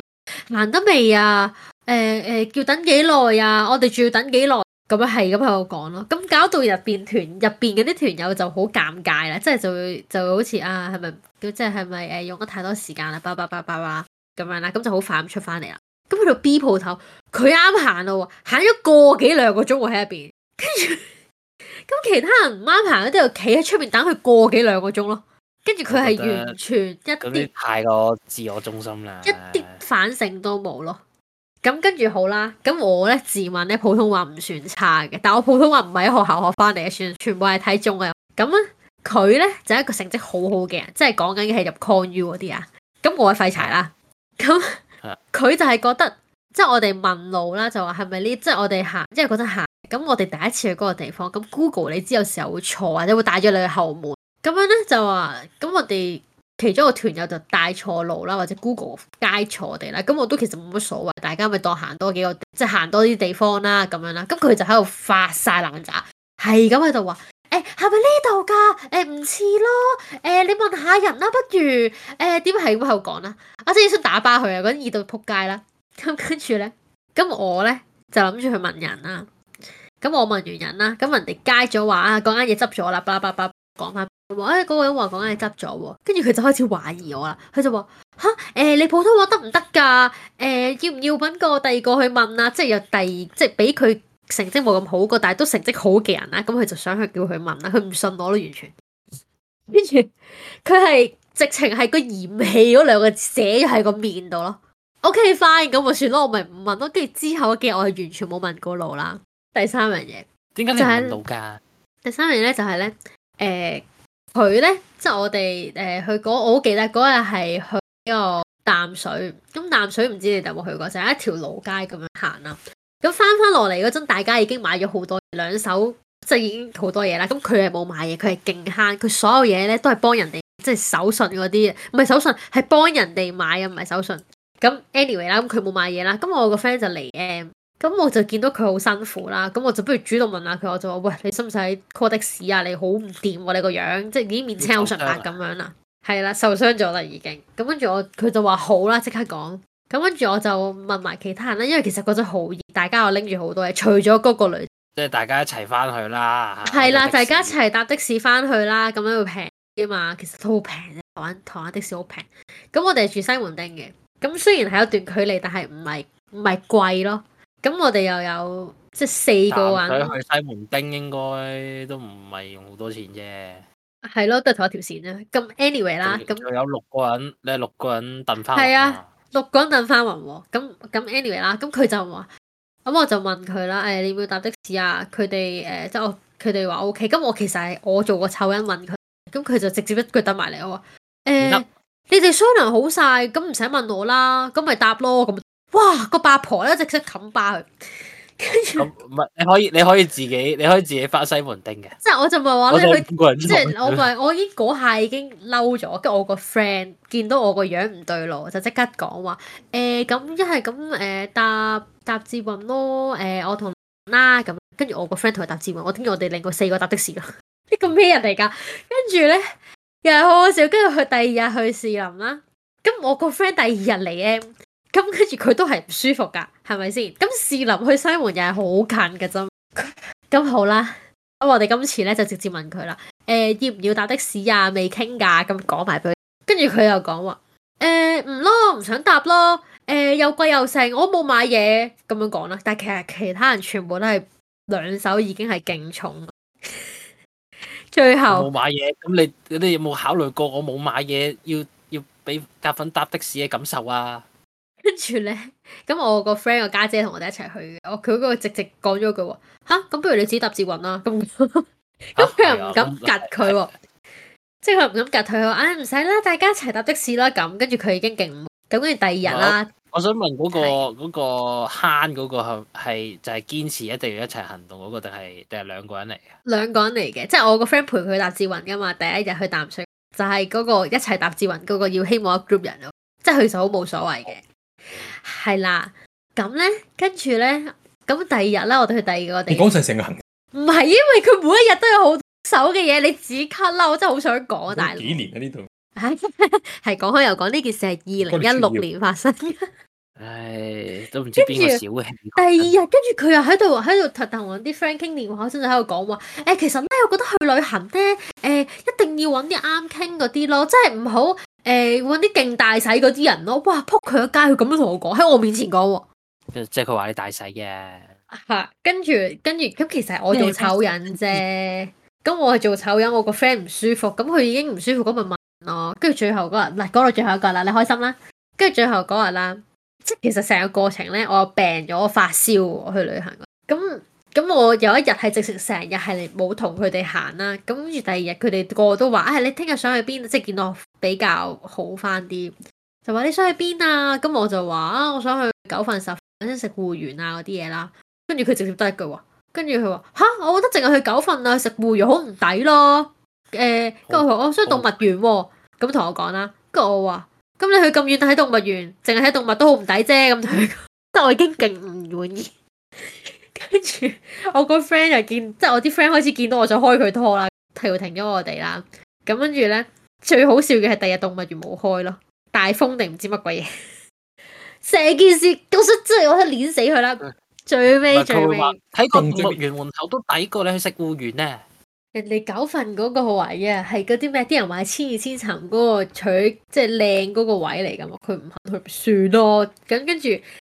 S3: 難得未啊？誒、誒、叫等幾耐啊？我哋仲要等幾耐？咁樣係咁喺度講咯，咁搞到入邊團入邊嗰啲團友就好尷尬啦，即係就會就會好似啊係咪即係係咪誒用咗太多時間啦，叭叭叭叭叭咁樣啦，咁就好快咁出翻嚟啦。咁去到 B 鋪頭，佢啱行咯喎，行咗個幾兩個鐘喎喺入邊，跟住。咁其他人唔啱行嗰啲就企喺出面等佢個幾兩個鐘咯，跟住佢係完全一
S2: 咁
S3: 啲
S2: 啲太過自我中心啦。
S3: 一啲反省都冇咯。咁跟住好啦，咁我咧自問咧普通話唔算差嘅，但我普通話唔係喺學校學翻嚟嘅，算全部係睇中嘅。咁咧佢咧就係一個成績好好嘅人，即係講緊嘅係入 con u 嗰啲啊。咁我係廢柴啦。咁
S2: 啊
S3: 佢就係覺得，即係我哋問路啦，就話係咪呢？即係我哋行，因為嗰陣行，咁我哋第一次去嗰個地方，咁 Google 你知有時候會錯或者會帶咗你去後門，咁樣咧就話，咁我哋其中一個團友就帶錯路啦，或者 Google 街錯我哋啦，咁我都其實冇乜所謂，大家咪當行多幾個，即係行多啲地方啦，咁樣啦，咁佢就喺度發晒冷渣，係咁喺度話。誒係咪呢度㗎？誒唔似咯，誒、你問下人啦，不如誒點係咁喺度講啦？我真係想打巴佢啊！嗰陣熱到撲街啦。咁跟住咧，咁我咧就諗住去問人啦。咁我問完人啦，咁人哋街咗話啊，嗰間嘢執咗啦，巴拉巴拉巴拉講翻。話哎誒嗰個人話嗰間嘢執咗喎，跟住佢就開始懷疑我啦。佢就話吓，誒、你普通話得唔得㗎？誒、要唔要揾個第二個去問啊？即係有第二即係俾佢成績冇咁好個，但係都成績好嘅人啦。啊咁佢就想去叫佢問啦，佢唔信我咯，完全。跟住佢係直情係個嫌棄嗰兩個字寫咗喺個面度咯。OK fine，咁咪算咯，我咪唔問咯。跟住之後嗰幾日，我係完全冇問過路啦。第三樣嘢，
S2: 點解你
S3: 就係
S2: 唔到㗎？
S3: 第三樣咧就係、咧，誒、佢咧即係我哋誒、呃去嗰，我好記得嗰日係去呢個淡水，咁淡水唔知你哋有冇去過，就係、一條老街咁樣行啦。咁翻翻落嚟嗰陣，大家已經買咗好多兩手，即係已經好多嘢啦。咁佢係冇買嘢，佢係勁慳，佢所有嘢咧都係幫人哋，即係手信嗰啲，唔係手信，係幫人哋買啊，唔係手信。咁 anyway 啦，咁佢冇買嘢啦。咁我個 friend 就嚟 M，咁我就見到佢好辛苦啦。咁我就不如主動問下佢，我就話：喂，你使唔使 call 的士啊？你好唔掂喎，你個樣即係已經面青口唇白咁樣啦。係啦，受傷咗啦已經。咁跟住我佢就話好啦，即刻講。咁跟住我就問埋其他人啦，因為其實嗰陣好熱，大家又拎住好多嘢，除咗嗰個女
S2: 即係大家一齊翻去啦。
S3: 係啦，
S2: 嚇
S3: 大家一。齊啊搭的士翻去啦，咁樣會平啲嘛。其實都好平啫，台灣台灣的士好平。咁我哋係住西門町嘅，咁雖然係一段距離，但係唔係唔係貴咯。咁我哋又有即係四個
S2: 淡
S3: 人，
S2: 水去西門町應該都唔係用好多錢啫。
S3: 係咯，都係同一條線啫。咁 anyway 啦，咁
S2: 仲仲有六個人，你係六個人燉翻。
S3: 係啊。六個人等翻雲喎，咁咁 anyway 啦，咁佢就話，咁我就問佢啦，誒、你要唔要搭的士啊？佢哋誒即係我佢哋話 O K，咁我其實係我做個臭人問佢，咁佢就直接一句答埋嚟，我話誒、
S2: 唔得
S3: 你哋商量好晒，咁唔使問我啦，咁咪搭咯咁。哇！個八婆咧即識冚巴佢，跟住
S2: 咁唔係你可以你可以自己你可以自己翻西門町嘅。
S3: 即係我就咪話
S2: 我
S3: 咧，佢
S2: 哋五個人
S3: 即係我
S2: 同
S3: 咪我已經嗰下已經嬲咗，跟住我個 friend 見到我個樣唔對路，就即刻講話誒咁一係咁誒搭搭捷運咯，誒、我同你啦咁，跟住我個 friend 同佢搭捷運，我點知我哋另外四個搭的士 咯？呢個咩人嚟㗎？跟住咧又係好好笑，跟住佢第二日去士林啦，咁我個 friend 第二日嚟 M。咁跟住佢都係唔舒服㗎，係咪先？咁士林去西門又係好近㗎啫。咁好啦，咁我哋今次咧就直接問佢啦。誒、要唔要搭的士啊？未傾㗎，咁講埋俾佢。跟住佢又講話誒唔咯，唔想搭咯。誒、又貴又剩，我冇買嘢咁樣講啦。但係其實其他人全部都係兩手已經係勁重。 最
S2: 冇
S3: 後
S2: 買嘢，咁你 à. 你有冇考慮過我冇買嘢要要俾夾份搭的士嘅感受啊？
S3: 跟住咧，咁我個 friend 個家姐同我哋一齊去嘅，我佢嗰個直直講咗句話，吓咁不如你自己搭捷運啦，咁啊咁佢
S2: à,
S3: 又唔敢夾佢喎，即係佢又唔敢夾佢，佢話唉唔使啦，大家一齊搭的士啦咁，跟住佢已經勁唔咁，跟住第二日啦，
S2: 我想問嗰、個嗰個慳嗰個係係就係堅持一定要一齊行動嗰個，定係定係兩個人嚟嘅？
S3: 兩個人嚟嘅，即係我個 friend 陪佢搭捷運噶嘛，第一日去淡水就係、嗰個一齊搭捷運嗰個要希望一 group 人咯，即係佢就好冇所謂嘅，係啦，咁咧跟住咧，咁第二日咧我哋去第二個地
S1: 你講晒成個行
S3: 唔係因為佢每一日都有好手嘅嘢，你自己 cut 啦！我真係好想講啊，大佬
S1: 幾。年喺呢度，
S3: 係 係講開又講，呢件事係二零一六年發生嘅。
S2: 唉，都唔知邊個
S3: 跟
S2: 小氣。
S3: 第二日啊跟住佢又喺度喺度同同我啲 friend 傾電話，我先至喺度講話。誒、其實咧，我覺得去旅行咧，誒、一定要揾啲啱傾嗰啲咯，真係唔好誒揾啲勁大使嗰啲人咯。哇！撲佢一街，佢咁樣同我講喺我面前講喎。
S2: 即即係佢話你大細嘅，
S3: 吓， 跟住跟住，咁其實係我做醜人啫。咁我係做醜人，我個 friend 唔舒服，咁佢已經唔舒服，咁咪問咯。跟住最後嗰日，嗱，講到最後一個啦，你開心啦。跟住最後嗰日啦，即係其實成個過程咧，我病咗，我發燒，我去旅行。咁咁我有一日係直情成日係冇同佢哋行啦。咁跟住第二日佢哋個個都話：，唉、你聽日想去邊？即係見到我比較好翻啲，就話你想去邊啊？咁我就話啊，我想去九份十份想食芋圓啊嗰啲嘢啦。跟住佢直接得一句話，跟住佢話吓，我覺得淨係去九份啊，食芋圓好唔抵咯。誒、跟住佢話我想去動物園喎、咁同我講啦。跟住我話，咁你去咁遠睇動物園，淨係睇動物都好唔抵啫。咁同佢講， 即係我已經勁唔滿意。跟住我個 friend 又見，即係我啲 friend 開始見到我想開佢拖啦，調停咗我哋啦。咁跟住咧，最好笑嘅係第日動物園冇開咯，大風定唔知乜鬼嘢。 成件事，我想真係我想碾死佢啦！最
S2: 唔係
S3: 尾最
S2: 佢會
S3: 尾，
S2: 話睇個
S1: 仲
S2: 動物園門口都抵過你去食芋圓咧。
S3: 人哋九份嗰個位啊，係嗰啲咩？啲人話千二千尋嗰個取即係靚嗰個位嚟㗎嘛，佢唔肯去算咯。咁跟住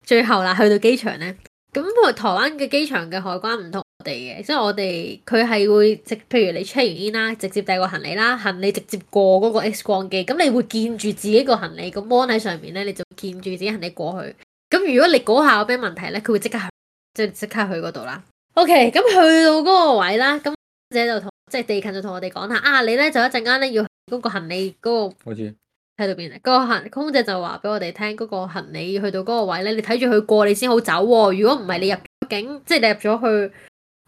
S3: 最後啦，去到機場咧，咁因為台灣嘅機場嘅海關唔同我哋嘅，所以我哋佢係會直，譬如你 check 完 in 啦，直接遞個行李啦，行李直接過嗰個 X 光機，咁你會見住自己個行李個 mon 喺上面咧，你就見住自己行李過去。咁如果你嗰下有咩問題咧，佢會即刻去即係即刻去嗰度啦。OK，咁去到嗰個位啦，咁姐就同即係地勤就同我哋講啦，啊你咧就一陣間咧要嗰個行李嗰、
S1: 我知。
S3: 個喺度邊啊咧，嗰、個行空姐就話俾我哋聽，嗰、個行李去到嗰個位咧，你睇住佢過你先好走喎、如果唔係你入咗境，即係你入咗去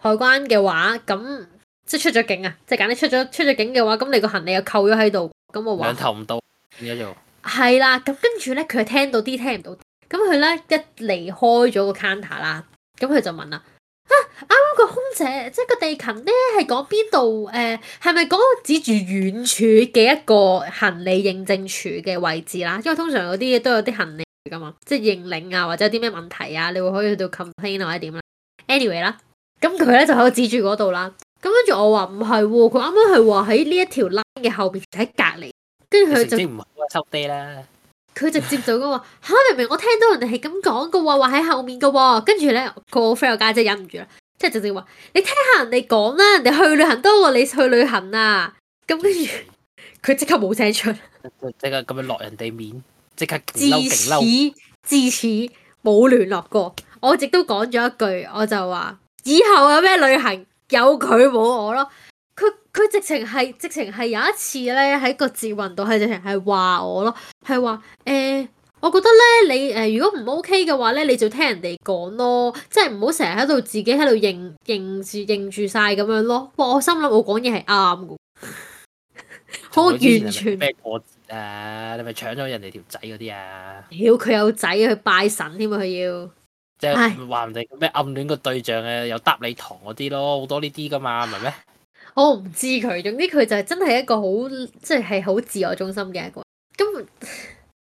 S3: 海關嘅話，咁即係出咗境啊，即係簡單出咗出咗境嘅話，咁你個行李又扣咗喺度，咁我話
S2: 兩。頭唔到，變咗做
S3: 係啦，咁跟住咧，佢係聽到啲，聽唔到啲。咁佢咧一離開咗個 counter 啦，咁佢就問啦：啊，啱啱個空姐即係個地勤咧係講邊度？誒、係咪講指住遠處嘅一個行李認證處嘅位置啦？因為通常嗰啲嘢都有啲行李噶嘛，即係認領啊，或者有啲咩問題啊，你會可以去到 complain 啊或者點啦。anyway 啦，咁佢咧就喺度指住嗰度啦。咁跟住我話唔係喎，佢啱啱係話喺呢一條 line 嘅後邊喺隔離，跟住佢
S2: 成
S3: 就。
S2: 績唔好啊收爹啦。
S3: 佢直接就咁話吓，明明我聽到人哋係咁講嘅喎，話喺後面嘅喎，跟住咧個 friend 個家姐忍唔住啦，即係直接話你聽下人哋講啦，人哋去旅行多過你去旅行啊！咁跟住佢即刻冇聲出，
S2: 即刻咁樣落人哋面，即刻勁
S3: 自
S2: 嬲勁
S3: 此
S2: 嬲。
S3: 自此冇聯絡過。我亦都講咗一句，我就話以後有咩旅行有佢冇我咯。佢佢直情係直情係有一次咧喺個捷運度係直情係話我咯，係話誒，我覺得咧你誒、如果唔 OK 嘅話咧，你就聽人哋講咯，即係唔好成日喺度自己喺度認認住認住晒咁樣咯。哇！我心諗我講嘢係啱嘅，好
S2: 同佢之前係咪
S3: 完全
S2: 咩過節啊？你咪搶咗人哋條仔嗰啲啊？
S3: 屌佢有仔去拜神添啊！佢要。
S2: 即
S3: 唉
S2: 係話唔定咩暗戀個對象啊，又搭你堂嗰啲咯，好多呢啲噶嘛，唔係咩？
S3: 我唔知佢，總之佢就係真係一個好即係好自我中心嘅一個人。咁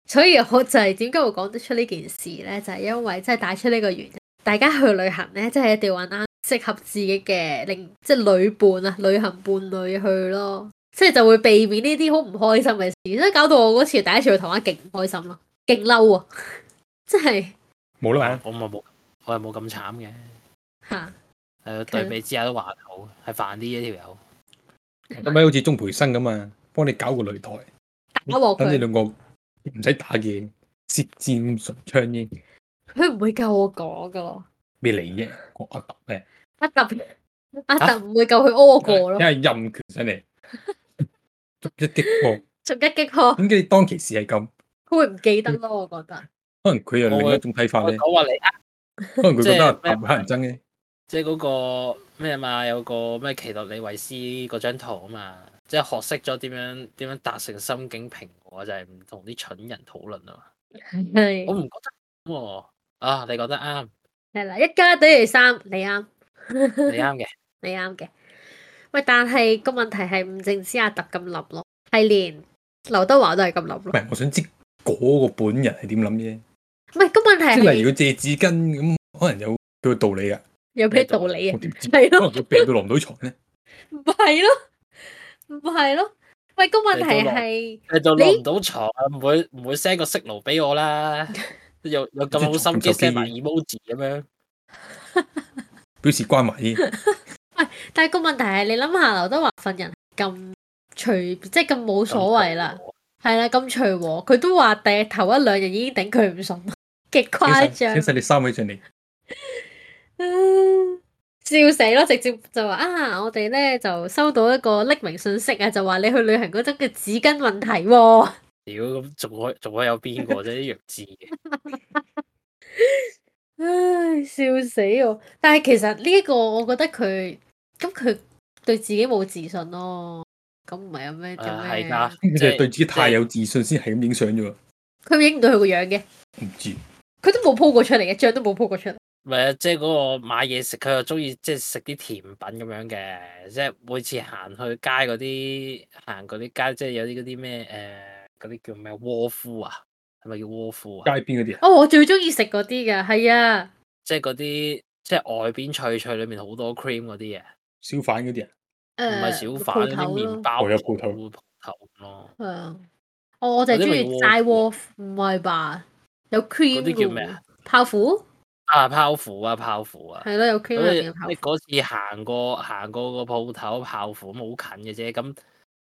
S3: 所以我就係點解會講得出呢件事呢？就係、因為即係帶出呢個原因，大家去旅行呢，即係一定要揾啱適合自己嘅另即係旅伴啊，旅行伴侶去咯，即係就會避免呢啲好唔開心嘅事。所以搞到我嗰次第一次去台灣勁唔開心咯，勁嬲啊！即係
S1: 冇啦
S3: 啊
S1: 嘛，
S2: 我咪冇，我係冇咁慘嘅。
S3: 嚇啊
S2: 誒對比之下都還好，係煩啲呢條友。
S1: 咁咪好似鍾培生咁啊，幫你搞個擂台，
S3: 打鑊
S1: 等你
S3: 佢，
S1: 兩個唔使打嘅，舌戰唇槍英，
S3: 佢唔會夠我講噶咯。
S1: 咩嚟啫？我阿特咩？
S3: 阿特阿特唔會夠佢屙過
S1: 因
S3: 咯，
S1: 為任拳上嚟， 逐一擊破。
S3: 逐一 擊破，
S1: 點解你當其時係咁？
S3: 佢會唔記得咯。我覺得
S1: 可能佢有另一種睇法
S2: 我
S1: 咧，
S2: 講話你呃，
S1: 可能佢覺得阿特
S2: 即係咩
S1: 黑人憎咧。
S2: 即係嗰個咩啊嘛，有個咩奇洛里維斯嗰張圖啊嘛，即係學識咗點樣點樣達成心境平和，就係唔同啲蠢人討論啊嘛。
S3: Ừ.
S2: 我
S3: 係
S2: 唔覺得喎，啊你覺得 啱，
S3: 係啦，一加一等於三，你啱。
S2: 你啱嘅，
S3: 你啱嘅。喂，但係個問題係唔淨止阿特咁諗咯，係連劉德華都係咁諗
S1: 唔
S3: 咯。
S1: 係，我想知嗰個本人係點諗啫。
S3: 唔係個問題
S1: 即係例
S3: 係
S1: 如佢借紙巾咁，可能有佢嘅道理噶。
S3: 有咩道理啊
S1: 我？點知？
S3: 係
S1: 可
S3: 咯，
S1: 能佢病到落唔到床咧。
S3: 唔係咯，唔係咯。喂，個問題係
S2: 你就
S3: 你
S2: 落唔到床，啊唔會唔會 send 個 signal 俾我啦， 有有咁好心機
S1: 即係
S2: send 埋 emoji 咁樣，
S1: 表示關懷啲，
S3: 但係個問題係，你諗下劉德華份人咁隨，即係咁冇所謂啦，係啦，咁隨和，佢都話第頭一兩日已經頂佢唔順，極 誇張
S1: 請，晒你三位上嚟，
S3: 笑死咯！直接就話啊，我哋咧就收到一個匿名信息啊，就話你去旅行嗰陣嘅紙巾問題喎、
S2: 屌咁仲可仲可有邊個啫？啲弱 智嘅，
S3: 唉，笑死我！但係其實呢一個，我覺得佢咁佢對自己冇自信咯，咁唔係有咩有
S2: 啊
S3: 咩
S2: 係？ 㗎，
S1: 佢
S2: 即
S1: 就係
S2: 係
S1: 對自己太有自信先係咁影相啫喎。
S3: 佢影唔到佢個樣嘅，
S1: 唔知
S3: 佢都冇 po 過出嚟嘅，張都冇 po 過出嚟。
S2: 唔係啊，即係嗰個買嘢食，佢又中意即係食啲甜品咁樣嘅，即係每次行去街嗰啲行嗰啲街，即係有啲嗰啲咩誒嗰啲叫咩窩夫啊，係咪叫窩夫
S1: 街
S2: 啊？
S1: 邊嗰啲啊，
S3: 哦，我最中意食嗰啲㗎，係啊，
S2: 即係嗰啲即係外邊脆脆，裏面好多 cream 嗰啲嘢，
S1: 小販嗰啲啊，
S3: 誒
S2: 唔係小販
S3: 鋪
S2: 嗰
S3: 頭啊
S2: 啲
S3: 咯
S2: 麵，包
S1: 哦有鋪頭
S2: 鋪頭咁咯。
S3: 係啊，我我就係
S2: 嗰啲
S3: 中
S2: 咪
S3: 意
S2: 叫
S3: 齋
S2: waffle
S3: 鍋，唔係吧？有
S2: 嗰
S3: cream
S2: 啲叫咩
S3: 㗎喎
S2: 啊？
S3: 泡芙
S2: 啊，泡芙啊，泡芙啊！
S3: 係咯，有
S2: 咁
S3: cream 入
S2: 你
S3: 面嘅泡
S2: 你
S3: 芙，
S2: 嗰次行過行過個鋪頭泡芙咁好近嘅啫，咁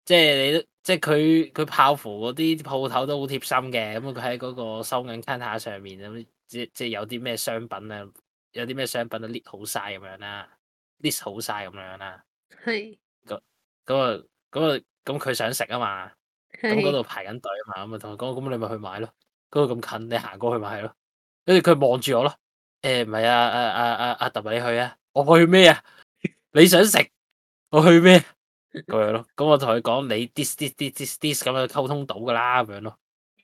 S2: 即係你都即係佢佢泡芙嗰啲鋪頭都好貼心嘅，咁佢喺嗰個收銀 counter 上面咁，即即係有啲咩商品啊，有啲咩商品都 list 好晒咁樣啦，list 好晒咁樣啦，
S3: 係
S2: 咁啊咁啊咁佢想食啊嘛，咁嗰
S3: 係
S2: 度排緊隊啊嘛，咁啊同佢講，咁你咪去買咯，嗰度咁近，你行過去買咯。跟住佢望住我咯，誒唔係啊啊啊啊阿特你去啊，我去咩啊？你想食，我去咩？咁樣咯，咁我同佢講你 dis dis dis dis dis 咁樣溝通到噶啦，咁樣咯，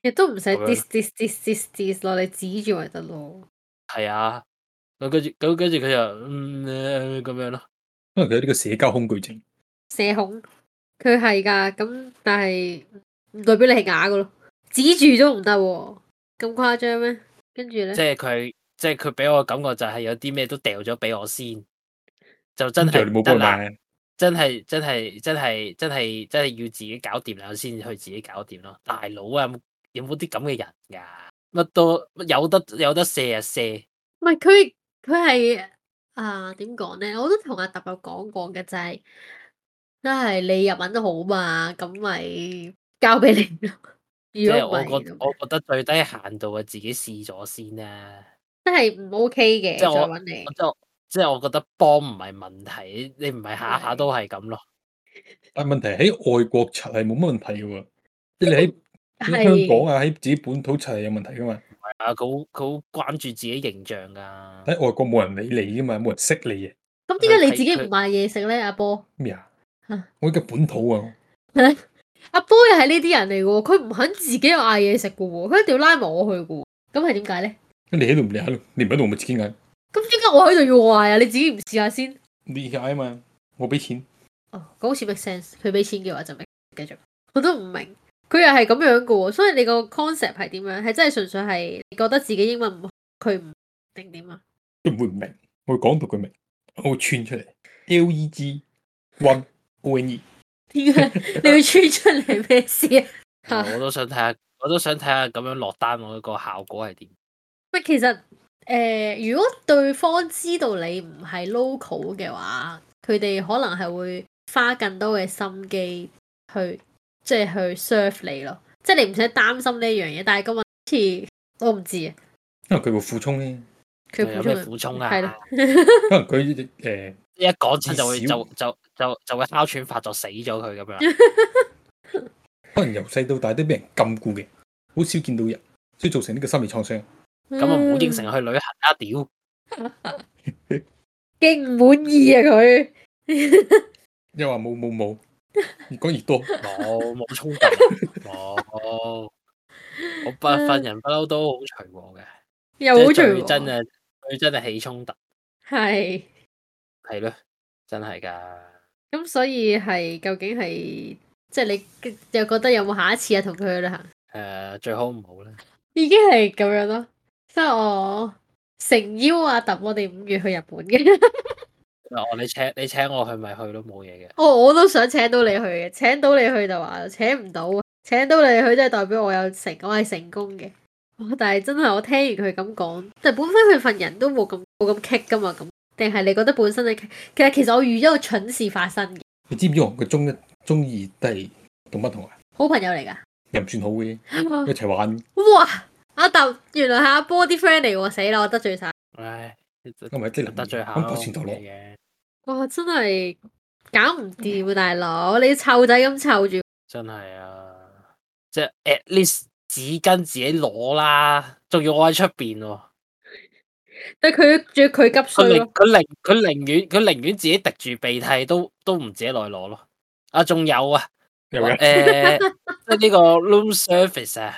S3: 亦都唔使
S2: 咁樣
S3: dis dis dis dis dis 咯，你指住咪得咯。
S2: 係啊，咁跟住咁跟住佢就嗯呃咁樣咯，
S1: 可能佢有呢個社交恐懼症。
S3: 社恐佢係㗎，咁但係唔代表你係啞㗎咯，指住都唔得喎，咁誇張咩？跟住咧
S2: 即，係佢即係佢俾我感覺就係有啲咩都掉咗俾我先，就真
S1: 之後
S2: 係
S1: 你
S2: 唔
S1: 冇
S2: 得
S1: 幫佢
S2: 啦。
S1: 買啊，
S2: 真係真係真係真係真係要自己搞掂啦，先去自己搞掂咯。大佬啊，有冇有冇啲咁嘅人噶？乜都乜有得有得射啊射，
S3: 唔係佢佢係啊點講咧？我都同阿特有講過嘅就係、都係你日文都好嘛，咁咪交俾你咯。
S2: 即
S3: 如
S2: 係
S3: 果
S2: 我
S3: 唔係
S2: 覺
S3: 咁，
S2: 我覺得最低限度啊，自己試咗先啦。
S3: 真係唔 OK 嘅，
S2: 即
S3: 再
S2: 係我
S3: 揾 你
S2: 我。即係即係我覺得幫唔係問題，你唔係下下都係咁咯。
S1: 但問題喺外國刷係冇乜問題嘅喎，即係你喺喺
S3: 係
S1: 香港啊，喺自己本土刷係有問題噶嘛，
S2: 係啊，佢好佢好關注自己形象噶。
S1: 喺外國冇人理你噶嘛，冇人識你嘅
S3: 咁點解你
S2: 係
S3: 自己
S2: 佢
S3: 唔買嘢食咧？阿波，
S1: 咩啊
S3: 啊？
S1: 我而家本土啊，
S3: 阿波又係呢啲人嚟嘅喎，佢唔肯自己去嗌嘢食嘅喎，佢一定要拉埋我去嘅喎。咁係點解咧？
S1: 你喺度唔理下咯，你唔喺度我咪自己嗌，
S3: 咁點解我喺度要我嗌啊？你自己唔試下先？
S1: 你嗌啊嘛，我俾錢，
S3: 哦，咁好似 make sense。佢俾錢嘅話就 make 繼續。我都唔明，佢又係咁樣嘅喎。所以你個 concept 係點樣？係真係純粹係你覺得自己英文唔好，佢唔定點啊？
S1: 佢唔會唔明，我會講到佢明，我會串出嚟，L E G one O N E，
S3: 點解 你會穿出嚟咩事啊？嚇
S2: 我都想睇下，我都想睇下咁樣落單我個效果係點。
S3: 喂，其實誒、呃如果對方知道你唔係 local 嘅話，佢哋可能係會花更多嘅心機去，即係去 serve 你咯。即係你唔使擔心呢一樣嘢，但係個問題，我唔知啊，
S1: 因為佢會付充咧，
S3: 佢
S2: 有
S3: 補
S2: 咩
S3: 充
S2: 苦衷啊？
S3: 係咯，
S1: 可能佢呃誒
S2: 一講親就會
S1: 至
S2: 就
S1: 少
S2: 就就就會哮喘發作死咗佢咁樣。
S3: 嗯
S1: 可能由細到大都俾人禁錮嘅，好少見到人，所以造成呢個心理創傷。
S2: 咁啊唔好應
S3: 嗯
S2: 承去旅行啊！ 屌，
S3: 勁唔滿意啊佢，
S1: 又話冇冇冇，越講越 多。
S2: 冇冇衝突，冇。我不份人不嬲都好隨和嘅，
S3: 又嗯好
S2: 即係
S3: 隨
S2: 最
S3: 和
S2: 真啊！最真係起衝突，
S3: 係
S2: 係咯，真係㗎。
S3: 咁，所以係究竟係即係你又覺得有冇下一次啊？同佢去旅行
S2: 誒最好唔好啦。
S3: 已經係咁樣咯，所以我誠邀阿揼，我哋五月去日本嘅，
S2: 嗱，哦我你請你請我去咪去咯，冇嘢嘅。
S3: 我我都想請到你去嘅，請到你去就話，請唔到，請到你去即係代表我有成，我係成功嘅。哇但係真係我聽完佢咁講，即係本身佢份人都冇咁冇咁棘噶嘛，咁定係你覺得本身你棘其實其實我預咗個蠢事發生嘅，
S1: 你知唔知我佢中一中二都係同乜同啊？
S3: 好朋友嚟㗎。
S1: 又唔算好嘅， 一齊玩。
S3: 哇！阿揼原來係阿波啲 friend 嚟喎，死啦！我得罪晒。
S2: 唉，
S1: 咁咪即係
S2: 得罪下
S1: 咁
S2: 咯，
S1: 博前頭
S2: 冇
S1: 落
S2: 嘢，嘅，
S3: 哇！真係搞唔掂啊，大佬！你湊仔咁湊住，
S2: 真係啊！即係 at least 紙巾自己攞啦，仲要我喺出邊喎。
S3: 但佢仲要佢急
S2: 佢
S3: 需
S2: 寧
S3: 咯。
S2: 佢寧佢寧願佢寧願自己滴住鼻涕都都唔自己落去攞咯。啊，仲有啊，
S1: 又有
S2: 誒，即係呢個 room service 啊。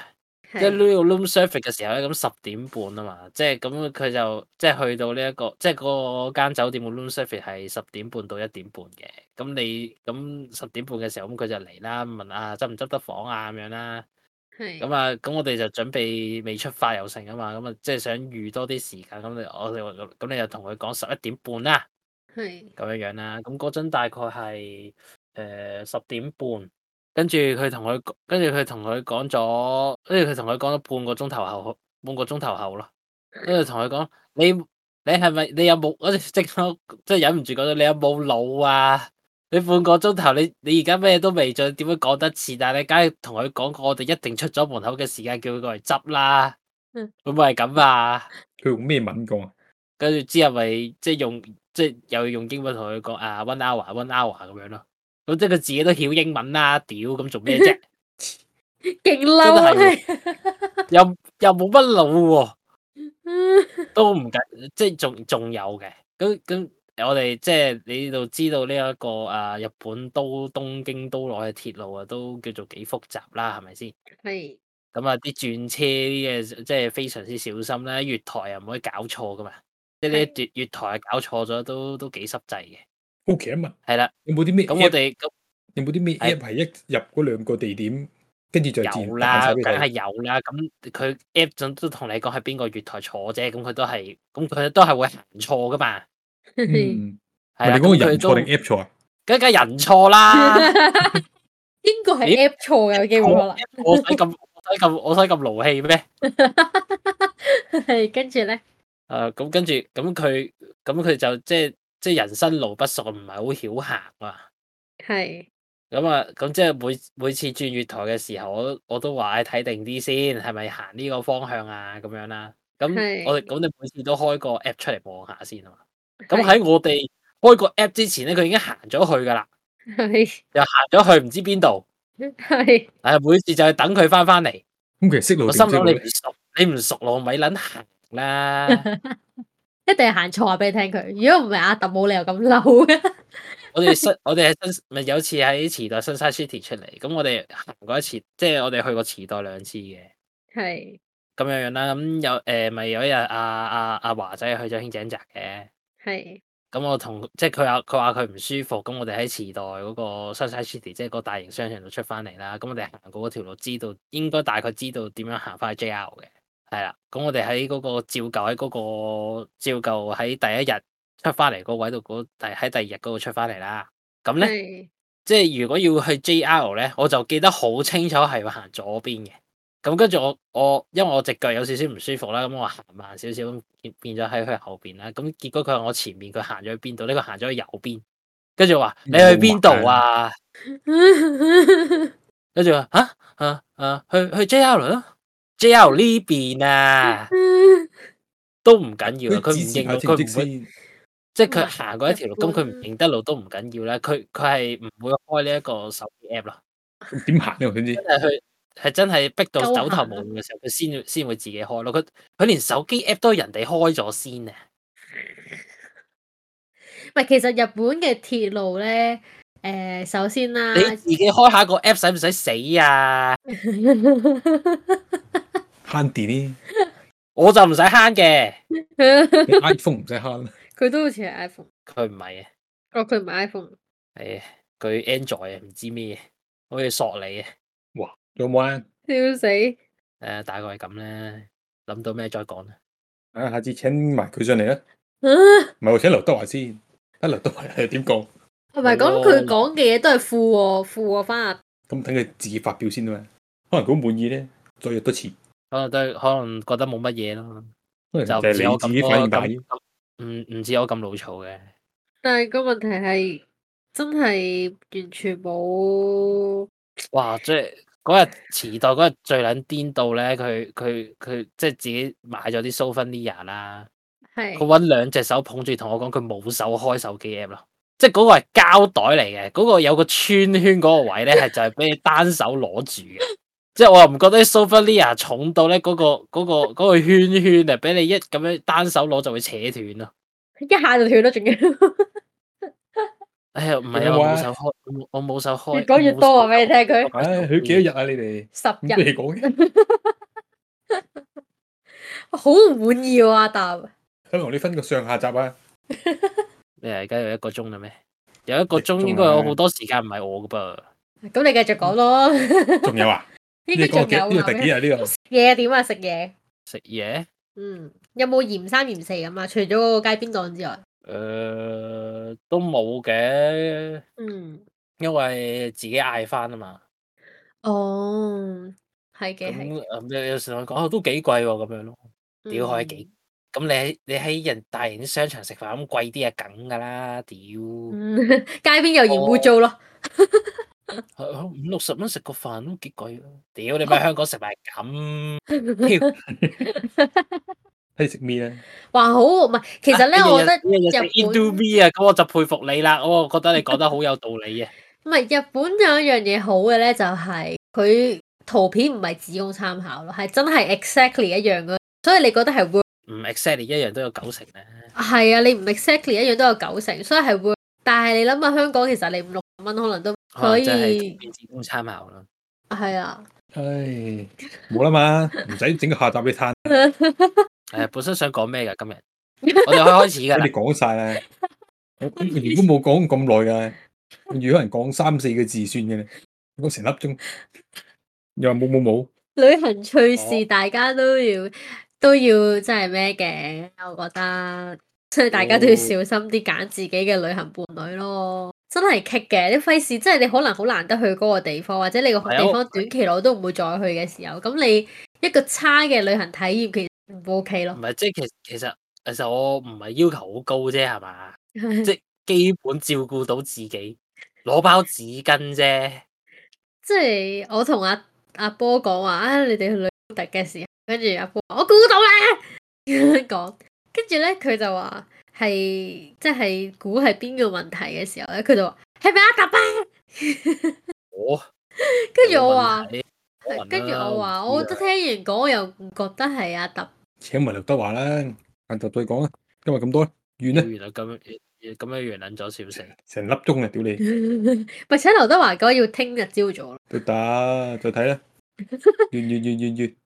S2: 即係
S3: 係
S2: 呢個 room service 嘅時候咧，咁十點半啊嘛，即係咁佢就即係去到呢、一個，即係嗰間酒店嘅 room service 係十點半到一點半嘅。咁你咁十點半嘅時候，咁佢就嚟啦，問啊執唔執得房啊咁樣啦。
S3: 係
S2: 咁啊，咁我哋就準備未出發又成啊嘛，咁啊即係想預多啲時間。咁你我哋話咁你就同佢講十一點半啦，
S3: 係
S2: 咁樣樣啦。咁嗰陣大概係誒十點半，跟住佢同佢講，跟住佢同佢講咗，跟住佢同佢講咗半個鐘頭後，半個鐘頭後咯。跟住同佢講，你你係咪你有冇？我即刻即係忍唔住講咗，你有冇腦啊？你半個鐘頭，你你而家咩都未做，點樣講得切啊？你梗係同佢講過，我哋一定出咗門口嘅時間，叫佢過嚟執啦。
S3: 嗯
S2: 會唔會係咁啊？
S1: 佢用咩文講啊？
S2: 跟住之後咪即係用即係又要用英文同佢講啊 one hour one hour 咁樣咯。咁即係佢自己都曉英文啦，屌咁做咩啫？
S3: 勁嬲啊！係
S2: 又又冇乜腦喎，都唔緊，即係仲仲有嘅。咁咁我哋即係你度知道呢、一個啊日本都東京都內嘅鐵路啊，都叫做幾複雜啦，係咪先？
S3: 係
S2: 咁啊，啲轉車啲嘢即係非常之小心啦，月台又唔可以搞錯噶嘛。即係呢
S3: 係
S2: 月月台搞錯咗都都幾濕滯嘅，
S1: 好奇啊嘛，
S2: 係啦。
S1: 有冇啲咩
S2: 咁我
S1: app？
S2: 哋咁
S1: 有冇啲咩
S2: 係
S1: app 係一入嗰兩個地點，跟住就自然
S2: 有
S1: 彈
S2: 啦，
S1: 晒
S2: 梗
S1: 俾你
S2: 係有啦。咁佢 app 準都同你講係邊個月台坐啫，咁佢都係，咁佢都係會行錯噶嘛。
S3: 係
S1: 嗯，
S2: 係
S1: 喂
S2: 啦，
S1: 你嗰個
S2: 咁佢
S1: 人
S2: 都
S1: 錯
S2: 梗
S1: 定 app 錯啊？
S2: 梗係人錯啦。
S3: 邊個係
S2: 咦
S3: app 錯嘅有機會可能
S2: 我使咁我使咁我使咁勞氣咩？
S3: 係跟住咧
S2: 誒，啊咁跟住咁佢咁佢就即係即係人生路不熟，唔係好曉行啊。
S3: 係
S2: 咁啊，咁即係每每次轉月台嘅時候，我都我都話唉睇定啲先，係咪行呢個方向啊？咁樣啦。咁
S3: 係
S2: 我哋咁你每次都開個 app 出嚟望下先啊嘛。咁
S3: 係
S2: 喺我哋開個 app 之前咧，佢已經行咗去噶啦，
S3: 係
S2: 又行咗去唔知邊度。
S3: 係
S2: 唉，每次就係等佢翻翻嚟，
S1: 咁其實識路
S2: 我
S1: 定唔識
S2: 心諗
S1: 路
S2: 你
S1: 咧
S2: 唔熟，你唔熟路咪撚行啦。
S3: 一定係行錯話俾你聽佢。如果唔係阿揼冇理由咁嬲嘅。
S2: 我哋新我哋喺新咪有次喺池袋新 i City 出嚟，咁我哋行過一次，即係我哋去過池袋兩次嘅。
S3: 係
S2: 咁樣樣啦，咁有誒咪、有一日阿阿阿華仔去咗興井澤嘅，
S3: 係
S2: 咁我同即係佢話佢話佢唔舒服，咁我哋喺池袋嗰個 Sunshine City，即係個大型商場度出翻嚟啦，咁我哋行過嗰條路，知道應該大概知道點樣行翻去 JR 嘅，係啦，咁我哋喺嗰個照舊喺嗰個照舊喺第一日出翻嚟嗰個位度，嗰第喺第二日嗰度出翻嚟啦，咁咧
S3: 係
S2: 即係如果要去 JR 咧，我就記得好清楚係要行左邊嘅。咁跟住我我因為我隻腳有少少唔舒服啦，咁我行慢少少，咁變變咗喺佢後邊啦。咁結果佢喺我前面，佢行咗去邊度呢？佢行咗去右邊，跟住話你去邊度啊？啊跟住話吓啊啊去去 JR 咯， JR 呢邊啊，都唔緊要啊，佢唔
S1: 指示
S2: 認
S1: 下
S2: 路，
S1: 正職
S2: 佢唔會
S1: 先，
S2: 即係佢行過一條路，咁佢唔
S3: 嗯
S2: 認得路都唔緊要啦。佢佢係唔會開呢一個手機 app 咯，
S1: 點行呢？我想知
S2: 真係佢係真係逼到
S3: 夠
S2: 走投
S3: 行
S2: 無
S3: 啊
S2: 路嘅時候，佢先先會自己開咯。佢佢連手機 app 都係人哋開咗先啊！
S3: 唔係，其實日本嘅鐵路咧，誒、首先啦，
S2: 你自己開下個 app 使唔使死啊？
S1: 慳電 呢？
S2: 我就唔使慳嘅，
S1: 你 iPhone 唔使慳啦，
S3: 佢都好似係 iPhone，
S2: 佢唔係啊，
S3: 哦，佢唔係 iPhone，
S2: 係啊佢 Android 啊，唔知咩嘢，好似索你啊。
S1: 有冇啊？
S3: 笑死！
S2: 誒，大概係咁咧，諗到咩再講啦。
S1: 啊，下次請埋佢上嚟啦。
S3: 啊
S1: 唔係我請劉德華先，啊劉德華係點講？
S3: 同埋講佢講嘅嘢都係附和附和翻啊！
S1: 咁等佢自己發表先啊嘛。可能佢好滿意咧，再約多次。
S2: 可能都可能覺得冇乜嘢咯，
S1: 可能
S2: 就
S1: 就
S2: 唔
S1: 係
S2: 似
S1: 你
S2: 我
S1: 自己
S2: 咁
S1: 反應大
S2: 咁咁唔唔似我咁老嘈嘅。
S3: 但係個問題係真係完全冇
S2: 哇！即係嗰日遲到嗰日最撚癲到咧，佢佢佢即係自己買咗啲 souvenir 啦，佢
S3: 係
S2: 揾兩隻手捧住同我講佢冇手開手機 app 咯，即係嗰個係膠袋嚟嘅，嗰、個有個圈圈嗰個位咧係就係俾你單手攞住嘅。即係我又唔覺得啲 souvenir 重到咧、嗰個，嗰、個嗰、個圈圈啊，俾你一咁樣單手攞就會扯斷咯。
S3: 一下就斷咗，仲要
S2: 哎呀，唔係
S1: 有冇
S2: 啊，我冇
S1: 啊
S2: 手開，我冇我冇手開。
S3: 越講越多啊！俾你聽佢
S1: 唉，佢幾多日啊？你哋
S3: 十
S1: 咁
S3: 日，
S1: 你講嘅，
S3: 好唔滿意喎阿達，
S1: 可能你分個上下集啊。
S2: 你而家有一個鐘啦咩？有一個
S1: 一個鐘
S2: 鐘
S1: 啦
S2: 應該有好多時間唔係我噶噃。
S3: 咁你繼續講咯，
S1: 仲有啊？
S3: 應
S1: 你
S3: 該仲
S1: 講幾
S3: 有
S1: 呢個第幾
S3: 啊
S1: 日呢個？
S3: 嘢點啊食嘢，
S2: 食嘢，
S3: 嗯，有冇嫌三嫌四咁啊？除咗嗰個街邊檔之外，
S2: 誒、都冇嘅，
S3: 嗯，
S2: 因為自己嗌翻啊嘛。
S3: 哦，係嘅係嘅，
S2: 咁呃有有時同佢講，哦都幾貴喎咁樣咯。屌可以
S3: 嗯
S2: 幾？咁你喺你喺人大型啲商場食飯咁貴啲啊，梗噶啦，屌
S3: 嗯， 街邊又嫌污糟咯，
S2: 呃五六十蚊食個飯都幾貴啊！屌你咪喺香港食埋咁，屌
S1: 睇你食咩咧？
S3: 哇好唔係，其實咧
S2: 啊
S3: 我
S2: 你
S3: 覺
S2: 日
S3: 得
S2: 日日食
S3: 日本
S2: Indomie 啊，咁我就佩服你啦，我覺得你講得好有道理啊。
S3: 唔係日本有一樣嘢好嘅咧，就係佢圖片唔係只供參考咯，係真係 exactly 一樣嘅，所以你覺得係 work
S2: 唔 exactly 一樣都有九成咧。
S3: 係啊，你唔 exactly 一樣都有九成，所以係 work。但係你諗下香港其實你五六十蚊可能都
S2: 可
S3: 可
S2: 能真係
S3: 以
S2: 變自供參考啦。
S3: 係啊，
S1: 唉，冇啦嘛，唔使整個下集俾你嘆，
S2: 誒，本身想講咩㗎？今日我哋可以開始㗎
S1: 你
S2: 啦。
S1: 講晒啦。我原本冇講咁耐噶，我如果人講三四個字算嘅咧，講成粒鐘，又話冇冇冇，
S3: 旅行趣事
S2: 哦
S3: 大家都要都要真係咩嘅，我覺得，所以大家都要
S2: 哦
S3: 小心啲揀自己嘅旅行伴侶咯。真係棘嘅，你費事，即係你可能好難得去嗰個地方，或者你個
S2: 係啊
S3: 地
S2: 我
S3: 方短期內都唔會再去嘅時候，咁你一個差嘅旅行體驗其實唔 OK
S2: 唔
S3: 咯。
S2: 係，即係其實其實其實我唔係要求好高啫，係 嘛？即基本照顧到自己，攞包紙巾啫。
S3: 即係我同阿阿波講話啊，你哋去旅行特嘅時候，跟住阿波話我估到啦，咁樣講，跟住咧佢就話係即係估係邊個問題嘅時候咧，佢就話係咪阿達啊？
S2: 我
S3: 跟住我話，
S2: 你冇問題，
S3: 跟住
S2: 可能啦
S3: 我話，
S2: 唔
S3: 我
S2: 知
S3: 都
S2: 啊
S3: 聽完講，我又唔覺得係阿達，
S1: 請埋劉德華啦，下集再講啦。今日咁多啦，完啦，
S2: 原來咁樣咁樣完撚咗少少。
S1: 成粒鐘啊，屌你！
S3: 咪請劉德華講要聽日朝早咯。啊
S1: 都得，再睇啦。完完完完完。